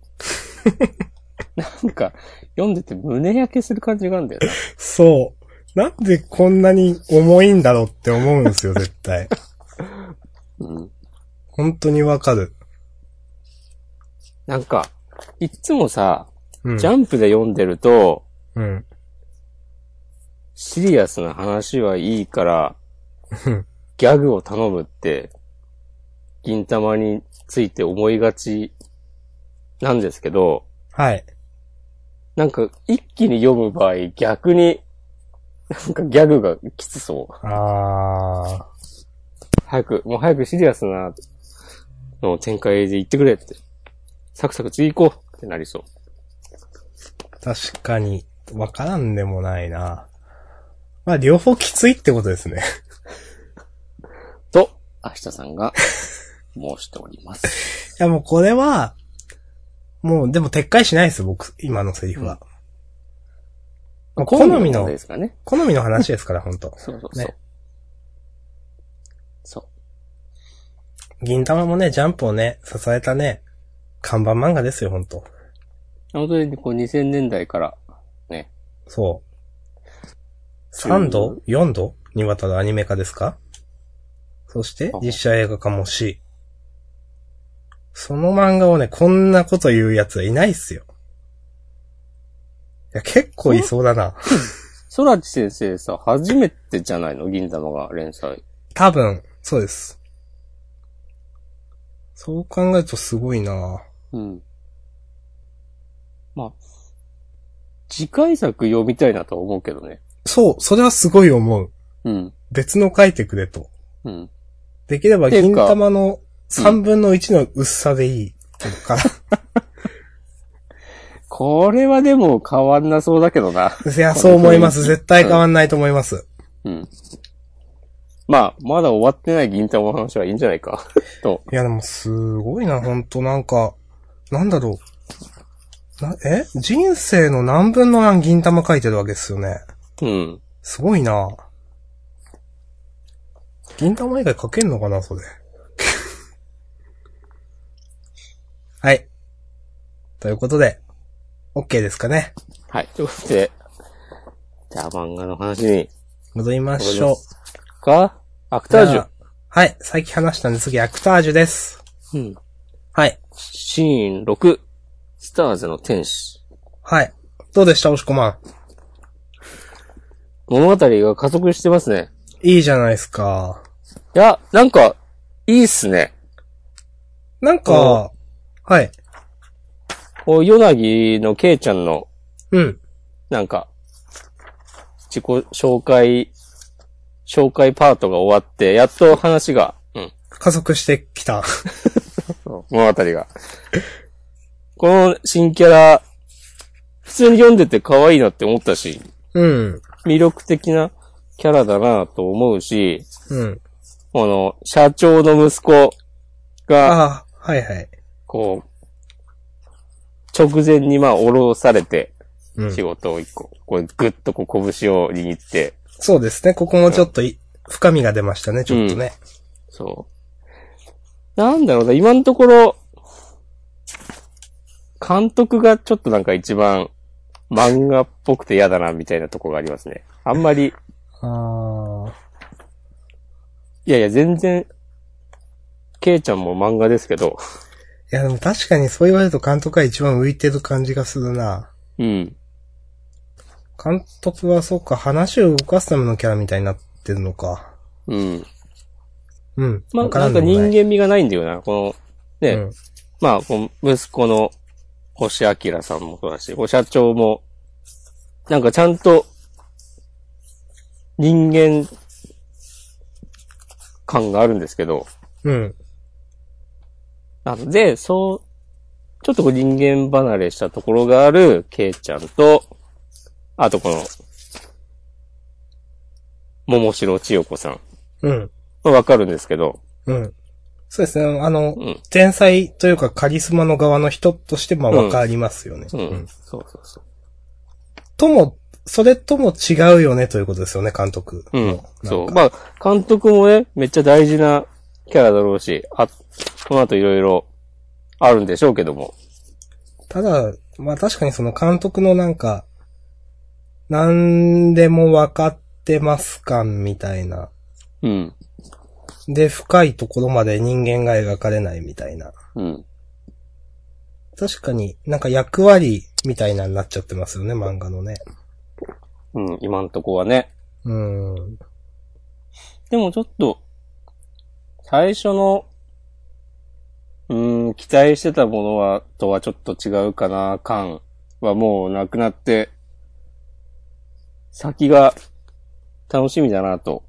Speaker 1: なんか、読んでて胸焼けする感じがあるんだよな。
Speaker 2: そう。なんでこんなに重いんだろうって思うん [LAUGHS] ですよ、絶対。
Speaker 1: うん。
Speaker 2: 本当にわかる。
Speaker 1: なんか、いっつもさ、
Speaker 2: うん。
Speaker 1: ジャンプで読んでると、
Speaker 2: うん。
Speaker 1: シリアスな話はいい
Speaker 2: [LAUGHS]
Speaker 1: から
Speaker 2: うん、
Speaker 1: ギャグを頼むって、銀玉について思いがちなんですけど、
Speaker 2: はい。
Speaker 1: なんか一気に読む場合逆に、なんかギャグがきつそう。
Speaker 2: あ
Speaker 1: 早く、もう早くシリアスなの展開で言ってくれって。サクサク次行こうってなりそう。
Speaker 2: ー。確かに。わからんでもないな。まあ、両方きついってことですね。 [LAUGHS]
Speaker 1: と、明日さん
Speaker 2: [LAUGHS]
Speaker 1: が申しております。
Speaker 2: いや、もうこれは、もう、でも撤回しないです、僕、今のセリフは。まあ好み
Speaker 1: 問題
Speaker 2: の
Speaker 1: で、すかね。
Speaker 2: 好みの話ですから、本当
Speaker 1: そうそうそう。
Speaker 2: ね
Speaker 1: そう。
Speaker 2: 銀玉もね、ジャンプをね、支えたね、看板漫画ですよ、本当
Speaker 1: 本当にこう2000年代から、ね。
Speaker 2: そう。3度 ?4 度にわたるアニメ化ですかそして
Speaker 1: あ、
Speaker 2: 実写映画化もし、その漫画をね、こんなこと言う奴はいないっすよ。いや、結構いそうだな。
Speaker 1: 空知先生さ、初めてじゃないの銀玉が連載。
Speaker 2: 多分、そうです。そう考えるとすごいな
Speaker 1: うん。まあ、次回作読みたいなとは思うけどね。
Speaker 2: そう、それはすごい思う。
Speaker 1: うん。
Speaker 2: 別の書いてくれと。
Speaker 1: うん。
Speaker 2: できれば
Speaker 1: てい
Speaker 2: 銀
Speaker 1: うか
Speaker 2: 玉の3分の1の薄さでいい。から。
Speaker 1: これはでも変わんなそうだけどな。
Speaker 2: いや、そう思います。絶対変わんないと思います。
Speaker 1: うん。まあ、まだ終わってない銀玉の話はいいんじゃないか。と。
Speaker 2: いや、でもすごいな、ほんとなんか、なんだろう。な、え人生の何分の何銀玉書いてるわけですよね。
Speaker 1: うん。
Speaker 2: すごいな銀玉以外書けんのかな、それ。 [LAUGHS] はい。ということで、OK ですかね。
Speaker 1: はい。ということで、じゃあ漫画の話に
Speaker 2: 戻りましょう。
Speaker 1: か、アクタージ
Speaker 2: じゃ
Speaker 1: ュ
Speaker 2: あ。はい。さっき話したんで次、アクタージュです。
Speaker 1: うん。
Speaker 2: はい。
Speaker 1: シーン6、スターズの天使。
Speaker 2: はい。どうでした、おしこまん。
Speaker 1: 物語が加速してますね。
Speaker 2: いいじゃないですか。
Speaker 1: いや、なんか、いいっすね。
Speaker 2: なんか
Speaker 1: お、
Speaker 2: はい。
Speaker 1: こう、ヨナギのケイちゃんの、
Speaker 2: うん。
Speaker 1: なんか、自己紹介、紹介パートが終わって、やっと話が、うん、
Speaker 2: 加速してきた。
Speaker 1: 物語が。 [LAUGHS] この新キャラ、普通に読んでて可愛いなって思ったし、
Speaker 2: うん。
Speaker 1: 魅力的なキャラだなと思うし、
Speaker 2: うん。
Speaker 1: この、社長の息子が、
Speaker 2: ああ、はいはい。
Speaker 1: こう、直前にまあ、降ろされて、
Speaker 2: うん
Speaker 1: 仕。事を一個、こう、ぐっとこう、拳を握って、
Speaker 2: そうですね。ここもちょっとい、深みが出ましたね、ちょっとね。
Speaker 1: そう。なんだろうな、今のところ、監督がちょっとなんか一番漫画っぽくて嫌だな、みたいなとこがありますね。あんまり、
Speaker 2: あ
Speaker 1: いやいや、全然、ケイちゃんも漫画ですけど、
Speaker 2: いや、でも確かにそう言われると監督が一番浮いてる感じがするな。
Speaker 1: うん。
Speaker 2: 監督はそうか、話を動かすためのキャラみたいになってるのか。
Speaker 1: うん。
Speaker 2: うん。
Speaker 1: まあ、
Speaker 2: わら
Speaker 1: なんか
Speaker 2: でも
Speaker 1: 人
Speaker 2: ない
Speaker 1: 間味がないんだよな、この、ね、
Speaker 2: うん。
Speaker 1: まあ、この息子の星明さんもそうだし、こう社長も、なんかちゃんと人間感があるんですけど、
Speaker 2: うん。
Speaker 1: なので、そう、ちょっとこう人間離れしたところがあるケイちゃんと、あとこの、桃城千代子さん。
Speaker 2: うん。
Speaker 1: まあわかるんですけど、
Speaker 2: うん。そうですね。あの、
Speaker 1: うん。
Speaker 2: 天才というかカリスマの側の人として、まあわかりますよね。
Speaker 1: うん。
Speaker 2: うん
Speaker 1: そうそうそう。
Speaker 2: とも、それとも違うよねということですよね、監督。
Speaker 1: うん。そ
Speaker 2: なん
Speaker 1: う。
Speaker 2: か
Speaker 1: まあ、監督もね、めっちゃ大事なキャラだろうし、あ、この後いろいろあるんでしょうけども。
Speaker 2: ただ、まあ確かにその監督のなんか、なんでも分かってます感みたいな。
Speaker 1: うん。
Speaker 2: で、深いところまで人間が描かれないみたいな。
Speaker 1: うん。
Speaker 2: 確かになんか役割みたいなになっちゃってますよね、漫画のね。
Speaker 1: うん、今んとこはね。
Speaker 2: うん。
Speaker 1: でもちょっと、最初の、うん、期待してたものは、とはちょっと違うかな、感はもうなくなって、先が楽しみだなと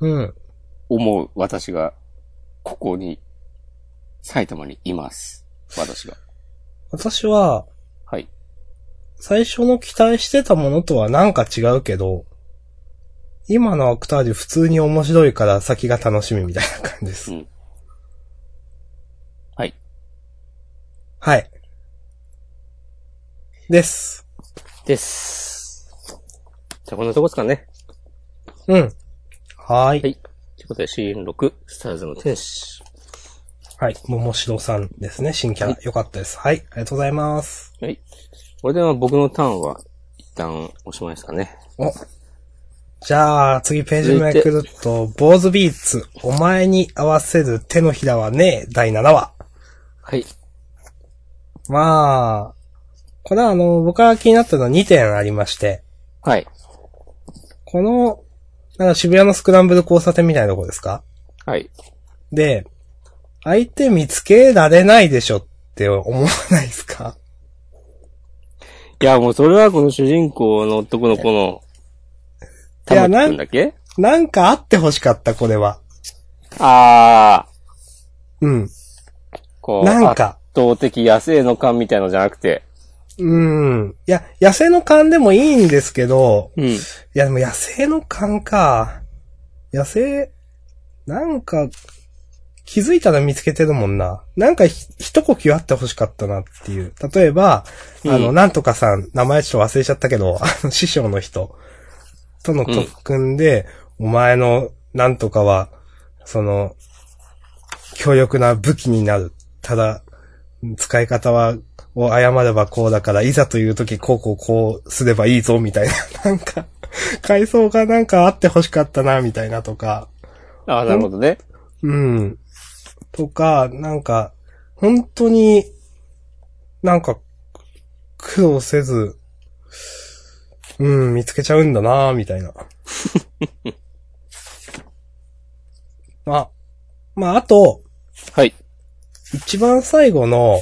Speaker 2: うん。
Speaker 1: 思う私が、ここに、埼玉にいます。私が。
Speaker 2: 私は、
Speaker 1: はい。
Speaker 2: 最初の期待してたものとはなんか違うけど、今のアクタージュ普通に面白いから先が楽しみみたいな感じです。
Speaker 1: うんはい。
Speaker 2: はい。です。
Speaker 1: です。じゃあこんなとこですかね。
Speaker 2: うん。はー
Speaker 1: はい。
Speaker 2: い。
Speaker 1: ということで CN6、スターズの天使。
Speaker 2: はい。ももしろさんですね。新キャラ。
Speaker 1: は
Speaker 2: よかったです。はい。ありがとうございます。
Speaker 1: はい。これでは僕のターンは一旦おしまいですかね。
Speaker 2: お。じゃあ、次ページめくると、坊主ビーツ、お前に合わせる手のひらはねえ、第7話。
Speaker 1: はい。
Speaker 2: まあ、これはあの、僕が気になったのは2点ありまして、
Speaker 1: はい。
Speaker 2: この、なんか渋谷のスクランブル交差点みたいなとこですか
Speaker 1: はい。
Speaker 2: で、相手見つけられないでしょって思わないですか [LAUGHS]
Speaker 1: いや、もうそれはこの主人公の男の子の、
Speaker 2: い
Speaker 1: た
Speaker 2: や
Speaker 1: まきくんだっけ
Speaker 2: なんかあってほしかった、これは。
Speaker 1: あー、
Speaker 2: うん。
Speaker 1: こう、
Speaker 2: なんか、
Speaker 1: 圧倒的野生の感みたいのじゃなくて、
Speaker 2: うん。いや、野生の勘でもいいんですけど、
Speaker 1: うん。
Speaker 2: いや、でも野生の勘か。野生、なんか、気づいたら見つけてるもんな。なんかひ、一呼吸あってほしかったなっていう。例えば、
Speaker 1: うん
Speaker 2: あの、なんとかさん、名前ちょっと忘れちゃったけど、あの、師匠の人との特訓で、お前のなんとかは、その、強力な武器になる。ただ、使い方は、を誤ればこうだから、いざという時こうこうこうすればいいぞ、みたいな。なんか、 [LAUGHS] 階層がなんかあって欲しかったな、みたいなとか。
Speaker 1: あー、なるほどね。
Speaker 2: うん。とか、なんか、本当に、なんか、苦労せず、うん、見つけちゃうんだなぁみたいな。まあ、まあ、あと、
Speaker 1: はい。
Speaker 2: 一番最後の、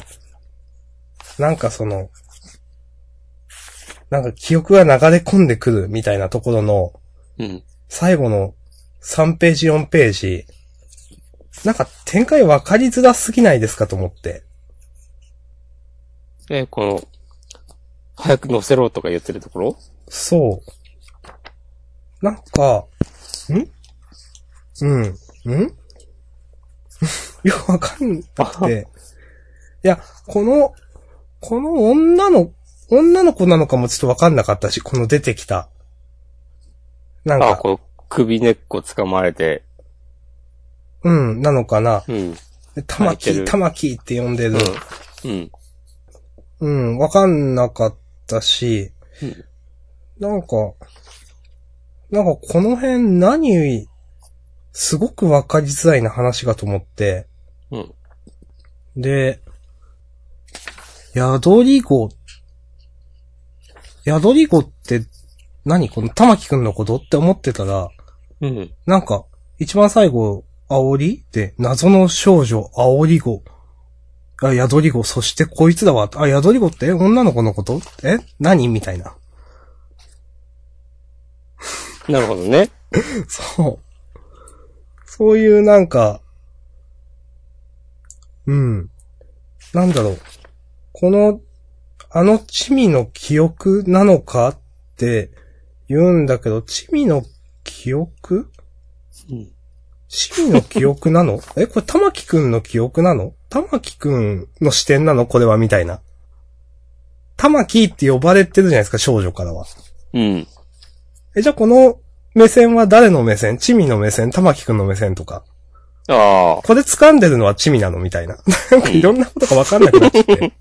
Speaker 2: なんかその、なんか記憶が流れ込んでくるみたいなところの、
Speaker 1: うん。
Speaker 2: 最後の3ページ4ページ、なんか展開分かりづらすぎないですかと思って。
Speaker 1: え、この、早く乗せろとか言ってるところ
Speaker 2: そう。なんか、んうん。 [LAUGHS] んよくわかんなくて。いや、この、この女の、女の子なのかもちょっとわかんなかったし、この出てきた。なん
Speaker 1: あー、
Speaker 2: か、
Speaker 1: こう、首根っこ掴まれて、
Speaker 2: うん、なのかな。
Speaker 1: うん。うん。
Speaker 2: 玉
Speaker 1: 泣いて
Speaker 2: 木、
Speaker 1: る
Speaker 2: 玉木って呼んでる。
Speaker 1: うん。
Speaker 2: うん、わかんなかったし、
Speaker 1: うん
Speaker 2: なんか、なんかこの辺何、すごくわかりづらいな話がと思って、
Speaker 1: うん。
Speaker 2: で、ヤドリゴ、ヤドリゴって何この玉木くんのことって思ってたら、
Speaker 1: うん。
Speaker 2: なんか、一番最後、煽りで、謎の少女、煽り子。あ、宿り子、そしてこいつだわ。あ、宿り子ってえ女の子のことえ何みたいな。
Speaker 1: なるほどね。
Speaker 2: [LAUGHS] そう。そういうなんか、うん。なんだろう。この、あのチミの記憶なのかって言うんだけど、チミの記憶
Speaker 1: うん。
Speaker 2: シミの記憶
Speaker 1: [LAUGHS]
Speaker 2: なのえ、これ玉木くんの記憶なの玉木くんの視点なのこれはみたいな。玉木って呼ばれてるじゃないですか、少女からは。
Speaker 1: うん。
Speaker 2: え、じゃあこの目線は誰の目線チミの目線玉木くんの目線とか。
Speaker 1: ああ。
Speaker 2: これ掴んでるのはチミなのみたいな。 [LAUGHS] なんかいろんなことがわかんなくなっちゃって。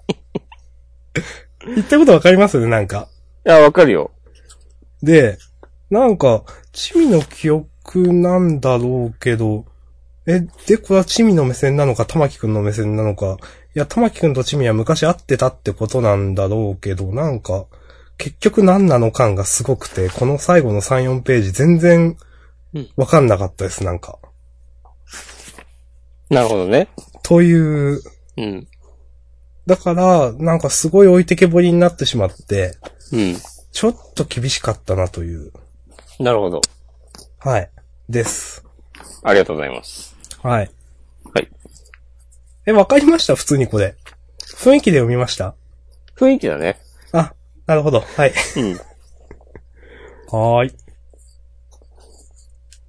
Speaker 2: 言ってることわかりますよね、なんか。
Speaker 1: いや、わかるよ。
Speaker 2: で、なんか、チミの記憶なんだろうけど、え、で、これはチミの目線なのか、玉木くんの目線なのか、いや、玉木くんとチミは昔会ってたってことなんだろうけど、なんか、結局何なの感がすごくて、この最後の3、4ページ全然
Speaker 1: うん、
Speaker 2: わかんなかったです、なんか。
Speaker 1: なるほどね。
Speaker 2: という、
Speaker 1: うん。
Speaker 2: だから、なんかすごい置いてけぼりになってしまって、
Speaker 1: うん。
Speaker 2: ちょっと厳しかったなという、
Speaker 1: なるほど。
Speaker 2: はい、です。
Speaker 1: ありがとうございます。
Speaker 2: はい。
Speaker 1: はい。
Speaker 2: え、わかりました普通にこれ。雰囲気で読みました
Speaker 1: 雰囲気だね。
Speaker 2: あ、なるほど。はい。
Speaker 1: うん。
Speaker 2: はーい。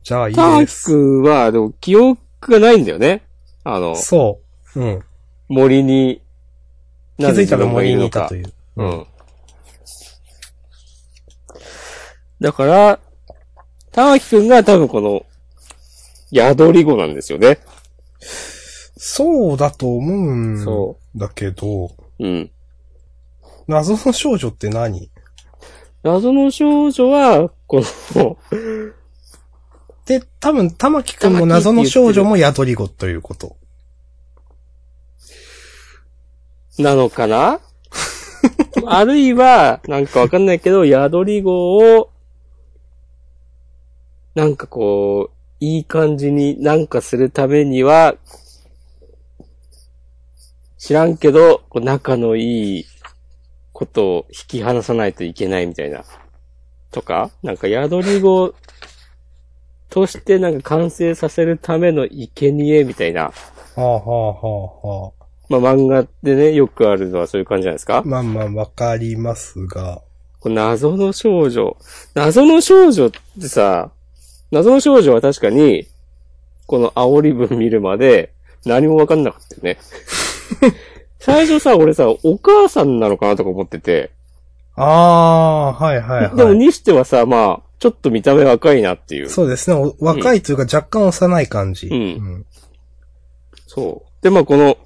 Speaker 2: じゃあ、いい
Speaker 1: タ
Speaker 2: で
Speaker 1: ー
Speaker 2: す。
Speaker 1: クは、でも記憶がないんだよね。あの、
Speaker 2: そう。うん。
Speaker 1: 森に、
Speaker 2: 気づいたら森にい
Speaker 1: な
Speaker 2: た
Speaker 1: ぜ
Speaker 2: という。
Speaker 1: 自分がいるのか。うん。だから、玉木くんが多分この、宿り子なんですよね。
Speaker 2: そうだと思うん
Speaker 1: そ
Speaker 2: だけど、
Speaker 1: うん。
Speaker 2: 謎の少女って何
Speaker 1: 謎の少女は、この、
Speaker 2: で、多分、玉木くんも謎の少女も宿り子ということ。
Speaker 1: なのかなあるいは、なんかわかんないけど、宿り子を、なんかこう、いい感じになんかするためには、知らんけど、こう仲のいいことを引き離さないといけないみたいな。とかなんか宿り子としてなんか完成させるための生贄みたいな。
Speaker 2: はあはあはあは
Speaker 1: まあ漫画でね、よくあるのはそういう感じじゃないですか
Speaker 2: あ。まあまあ、わかりますが。
Speaker 1: これ謎の少女。謎の少女ってさ、謎の少女は確かに、この煽り文見るまで何もわかんなかったよ
Speaker 2: [LAUGHS]
Speaker 1: ね。最初さ、俺さ、お母さんなのかなとか思ってて、
Speaker 2: ああー、はいはい
Speaker 1: でも
Speaker 2: はい。
Speaker 1: にしてはさ、まあ、ちょっと見た目若いなっていう。
Speaker 2: そうですね。お若いというか若干幼い感じ。
Speaker 1: うんそう。で、まあこの、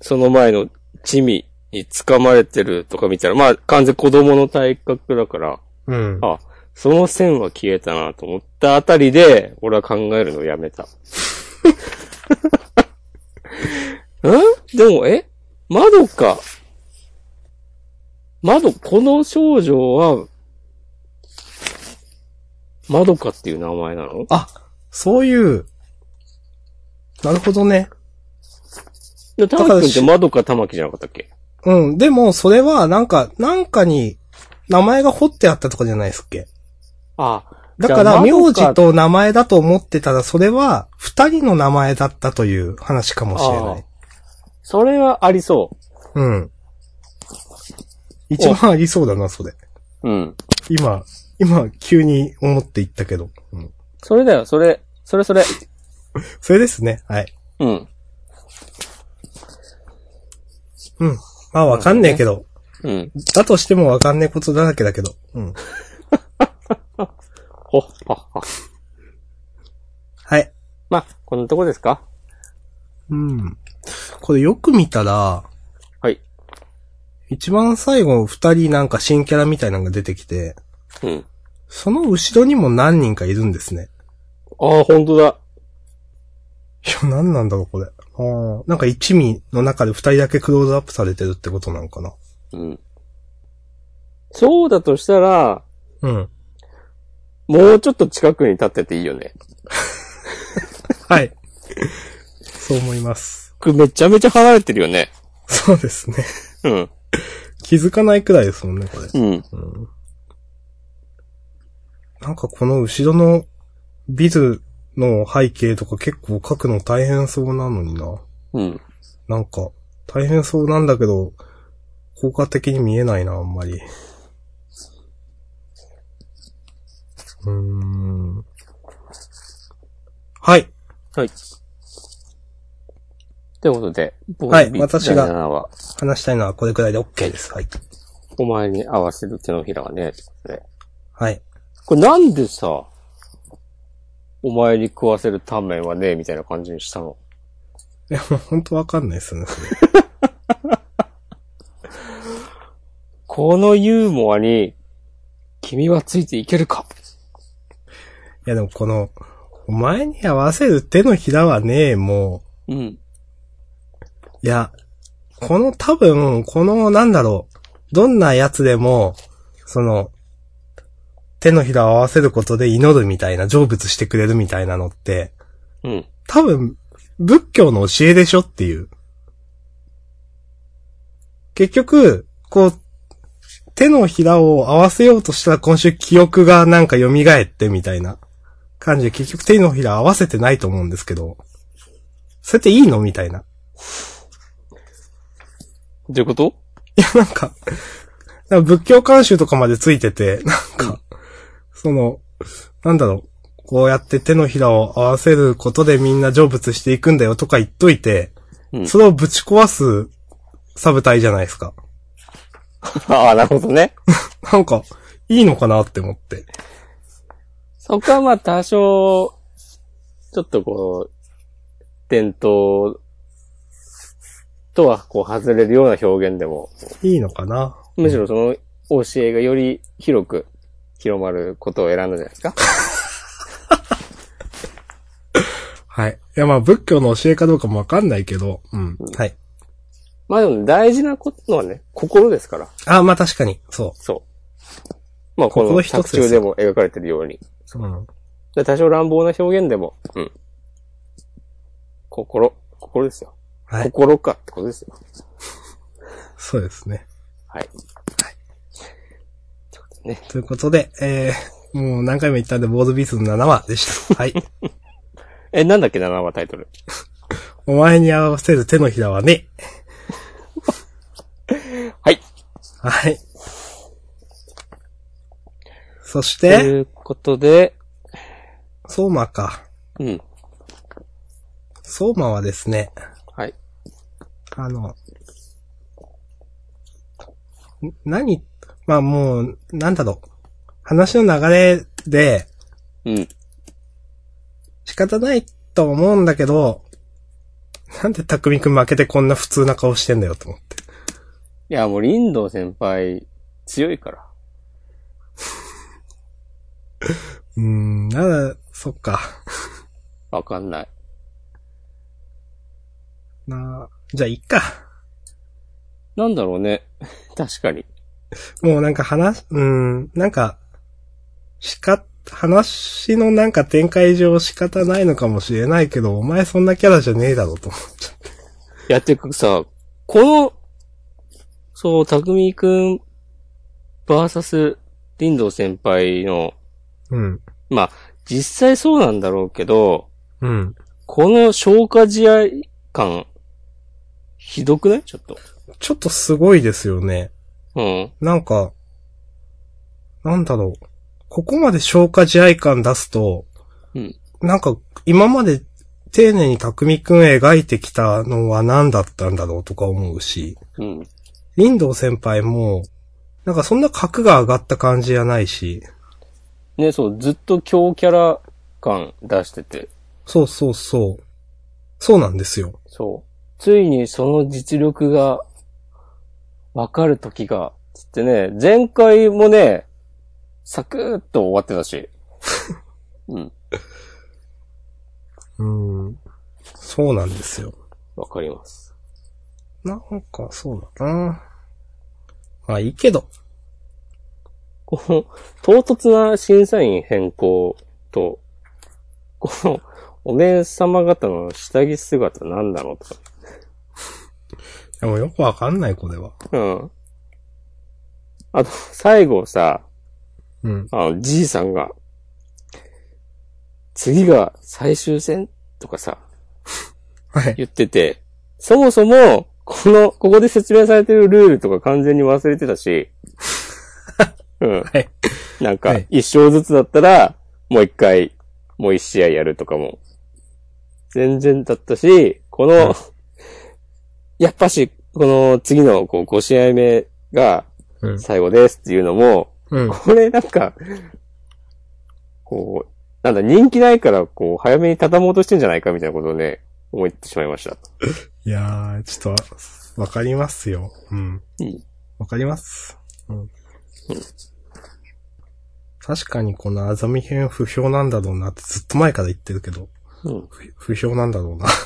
Speaker 1: その前の地味に掴まれてるとか見たら、まあ完全子供の体格だから、
Speaker 2: うん。うん。
Speaker 1: あ、その線は消えたなと思ったあたりで、俺は考えるのをやめた。
Speaker 2: [LAUGHS]
Speaker 1: んでも、え窓か。窓、この少女は、窓かっていう名前なの
Speaker 2: あ、そういう。なるほどね。
Speaker 1: で、玉木くんって窓か玉木じゃなかったっけ
Speaker 2: うん。でも、それは、なんか、なんかに、名前が彫ってあったとかじゃないですっけ。
Speaker 1: あ、
Speaker 2: だから、
Speaker 1: じゃあ
Speaker 2: 名
Speaker 1: 窓か
Speaker 2: 字と名前だと思ってたら、それは、二人の名前だったという話かもしれない。
Speaker 1: それはありそ
Speaker 2: うん。一番ありそうだな、それ。
Speaker 1: う。うん。
Speaker 2: 今、今、急に思っていったけど。うん。
Speaker 1: それだよ、それ、それそれ。
Speaker 2: それですね。はい。
Speaker 1: うん。
Speaker 2: うん。まあ、わかんねえけど。
Speaker 1: うん。
Speaker 2: だとしてもわかんねえことだらけだけど。うん。
Speaker 1: ほっはっは。
Speaker 2: はい。
Speaker 1: まあ、こんなとこですか
Speaker 2: うん。これよく見たら、
Speaker 1: はい。
Speaker 2: 一番最後二人なんか新キャラみたいなのが出てきて、
Speaker 1: うん。
Speaker 2: その後ろにも何人かいるんですね。
Speaker 1: ああ、本当だ。
Speaker 2: いや、何なんだろう、これ。あーなんか一味の中で二人だけクローズアップされてるってことなんかな。
Speaker 1: うん。そうだとしたら、
Speaker 2: うん。
Speaker 1: もうちょっと近くに立ってていいよね。
Speaker 2: はい。そう思います。
Speaker 1: これめちゃめちゃ離れてるよね。
Speaker 2: そうですね。
Speaker 1: うん。
Speaker 2: 気づかないくらいですもんね、これ。
Speaker 1: うん。
Speaker 2: なんかこの後ろのビルの背景とか結構描くの大変そうなのにな。
Speaker 1: うん。
Speaker 2: なんか、大変そうなんだけど、効果的に見えないな、あんまり。うーん。はい。
Speaker 1: はい。ということで、僕
Speaker 2: はい私が
Speaker 1: は、
Speaker 2: 話したいのはこれくらいで OK です。はい。
Speaker 1: お前に合わせる手のひらがね、ってことで。
Speaker 2: はい。 [LAUGHS]
Speaker 1: これなんでさ、お前に食わせるタンメンはね、みたいな感じにしたの
Speaker 2: いや、もうほんとわかんないですよね、それ
Speaker 1: このユーモアに、君はついていけるか
Speaker 2: いや、でもこの、お前に合わせる手のひらはね、もう、
Speaker 1: うん。
Speaker 2: いや、この多分、このなんだろう、どんなやつでも、その、手のひらを合わせることで祈るみたいな、成仏してくれるみたいなのって、
Speaker 1: うん。
Speaker 2: 多分、仏教の教えでしょっていう。結局、こう、手のひらを合わせようとしたら今週記憶がなんか蘇ってみたいな感じで結局手のひら合わせてないと思うんですけど、それっていいのみたいな。
Speaker 1: どういうこと
Speaker 2: いや、なんか、 [LAUGHS] なんか仏教監修とかまでついてて、なんか、その、なんだろう、こうやって手のひらを合わせることでみんな成仏していくんだよとか言っといて、
Speaker 1: うん
Speaker 2: それをぶち壊すサブ隊じゃないですか。
Speaker 1: [LAUGHS] ああ、なるほどね。
Speaker 2: なんか、いいのかなって思って。
Speaker 1: そこはまあ多少、ちょっとこう、伝統とはこう外れるような表現でも、
Speaker 2: いいのかな
Speaker 1: むしろその教えがより広く広まることを選んだじゃないですか。
Speaker 2: はい。いや、まあ、仏教の教えかどうかもわかんないけど、うん。はい。
Speaker 1: [LAUGHS] まあでも大事なことはね、心ですから。
Speaker 2: あ、まあ確かに、そ
Speaker 1: そう。まあこの
Speaker 2: 心一
Speaker 1: 作
Speaker 2: つですよ
Speaker 1: 中でも描かれてるように。
Speaker 2: う。うん。
Speaker 1: で多少乱暴な表現でも、うん。心、心ですよ。
Speaker 2: はい。
Speaker 1: 心かってことですよ。
Speaker 2: そうですね。
Speaker 1: はい。はい。ね。
Speaker 2: ということで、えー、もう何回も言ったんで、ボードビースの7話でした。はい。
Speaker 1: え、なんだっけ、7話タイトル。
Speaker 2: お前に合わせる手のひらはね。
Speaker 1: はい。
Speaker 2: はい。そし
Speaker 1: と
Speaker 2: て、
Speaker 1: いうことで、
Speaker 2: 相馬か。
Speaker 1: うん。
Speaker 2: 相馬はですね、
Speaker 1: はい。
Speaker 2: あの、ん何、まあもう、なんだろう。話の流れで、
Speaker 1: うん。
Speaker 2: 仕方ないと思うんだけど、なんで匠くん負けてこんな普通な顔してんだよと思って。
Speaker 1: いや、もう、林道先輩、強いから。
Speaker 2: うーん、なら、そっか。
Speaker 1: わかんない。
Speaker 2: なじゃあ、いっか。
Speaker 1: なんだろうね。 [LAUGHS] 確かに。
Speaker 2: もうなんか話、うーん、なんか、しか、話のなんか展開上仕方ないのかもしれないけど、お前そんなキャラじゃねえだろと思っちゃって。
Speaker 1: いや、てかさ、この、そう、匠くん、バーサス、林道先輩の、
Speaker 2: うん。
Speaker 1: まあ、実際そうなんだろうけど、
Speaker 2: うん。
Speaker 1: この消化試合感、ひどくないちょっと。
Speaker 2: ちょっとすごいですよね。
Speaker 1: うん。
Speaker 2: なんか、なんだろう。ここまで消化試合感出すと、
Speaker 1: うん
Speaker 2: なんか、今まで丁寧に匠くん描いてきたのは何だったんだろうとか思うし、
Speaker 1: うん。
Speaker 2: 林道先輩も、なんかそんな格が上がった感じじゃないし、
Speaker 1: ね、そう、ずっと強キャラ感出してて、
Speaker 2: そうそうそう。そうなんですよ。
Speaker 1: そう。ついにその実力が、わかる時が、つってね、前回もね、サクッと終わってた [LAUGHS] し。うん。
Speaker 2: うん。そうなんですよ。
Speaker 1: わかります。
Speaker 2: なんか、そうだな。まあいいけど。
Speaker 1: この、唐突な審査員変更と、この、お姉様方の下着姿なんだろうとか。
Speaker 2: でもよくわかんない、これは。
Speaker 1: うん。あと、最後さ、
Speaker 2: うん。
Speaker 1: あの、じいさんが、次が最終戦とかさ、
Speaker 2: はい。
Speaker 1: 言ってて、そもそも、この、ここで説明されてるルールとか完全に忘れてた
Speaker 2: [LAUGHS]
Speaker 1: し、うん。
Speaker 2: い
Speaker 1: なん
Speaker 2: は
Speaker 1: か
Speaker 2: い、
Speaker 1: 一勝ずつだったら、もう一回、もう一試合やるとかも、全然だったし、この、
Speaker 2: はい
Speaker 1: やっぱし、この次のこう5試合目が
Speaker 2: うん。
Speaker 1: 最後ですっていうのも、
Speaker 2: うん。
Speaker 1: これなんか、こう、なんだ、人気ないから、こう、早めに畳もうとしてんじゃないかみたいなことをね、思ってしまいました。
Speaker 2: いやー、ちょっと、わかりますよ。うん。
Speaker 1: うん。
Speaker 2: わかります。うん。確かにこのあざみ編不評なんだろうなってずっと前から言ってるけど、
Speaker 1: うん。
Speaker 2: 不不評なんだろうな。 [LAUGHS]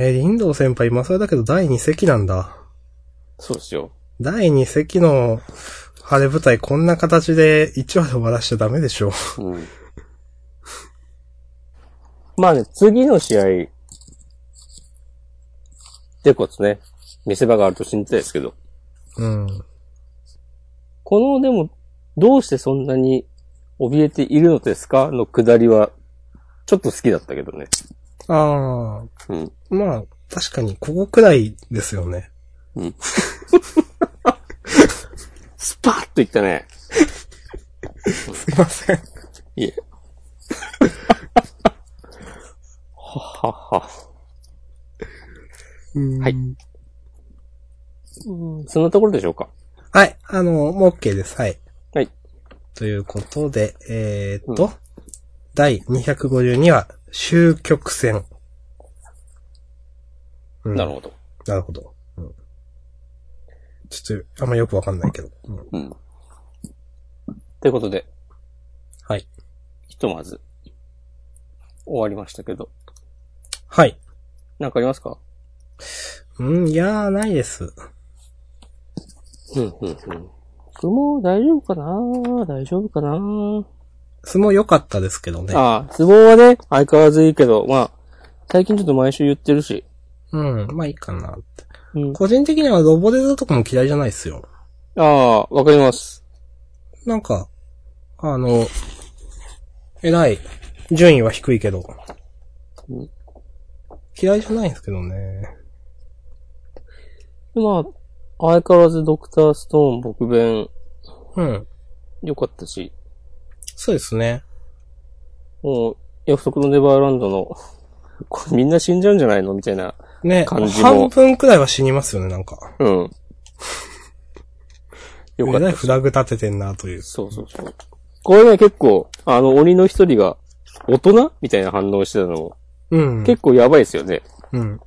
Speaker 2: えー、林道先輩今更だけど第2席なんだ。
Speaker 1: そうですよ。
Speaker 2: 第2席の晴れ舞台こんな形で1話で終わらしちゃダメでしょ。
Speaker 1: うん。まあね、次の試合、でこつね、見せ場があると信じたいですけど、
Speaker 2: うん。
Speaker 1: この、でも、どうしてそんなに怯えているのですかの下りは、ちょっと好きだったけどね。
Speaker 2: あ
Speaker 1: うん。
Speaker 2: ー、まあ、確かにここくらいですよね。
Speaker 1: うん。スパッといったね。
Speaker 2: すいません。
Speaker 1: いえ。ははは。
Speaker 2: はい。
Speaker 1: そんなところでしょうか。
Speaker 2: はい。あの、もう OK です。はい。
Speaker 1: はい。
Speaker 2: ということで、えーっと、第252話、終局戦。うん
Speaker 1: なるほど。
Speaker 2: なるほど。うんちょっと、あんまよくわかんないけど。うん
Speaker 1: うん。ということで、
Speaker 2: はい。
Speaker 1: ひとまず、終わりましたけど。
Speaker 2: はい。
Speaker 1: なんかありますか
Speaker 2: うん、いやー、ないです。
Speaker 1: うん、うん、うん。僕も大丈夫かな大丈夫かな、
Speaker 2: 相撲良かったですけどね。
Speaker 1: ああ、相撲はね、相変わらずいいけど、まあ、最近ちょっと毎週言ってるし。
Speaker 2: うん、まあいいかなって。
Speaker 1: うん。
Speaker 2: 個人的にはロボデザとかも嫌いじゃないですよ。
Speaker 1: ああ、わかります。
Speaker 2: なんか、あの、偉い。順位は低いけど
Speaker 1: うん。
Speaker 2: 嫌いじゃないんですけどね。
Speaker 1: でまあ、相変わらずドクターストーン、僕弁、
Speaker 2: うん。
Speaker 1: 良かったし、
Speaker 2: そうですね。
Speaker 1: もう、約束のネバーランドの、 [LAUGHS] これみんな死んじゃうんじゃないのみたいな。
Speaker 2: ね、
Speaker 1: 感じも
Speaker 2: 半分くらいは死にますよね、なんか。
Speaker 1: うん。よかっ
Speaker 2: 偉
Speaker 1: た。
Speaker 2: いフラグ立ててんな、という。
Speaker 1: そうそうそう。これね、結構、あの、鬼の一人が、大人みたいな反応してたのも、
Speaker 2: うん。
Speaker 1: 結構やばいですよね。
Speaker 2: うん。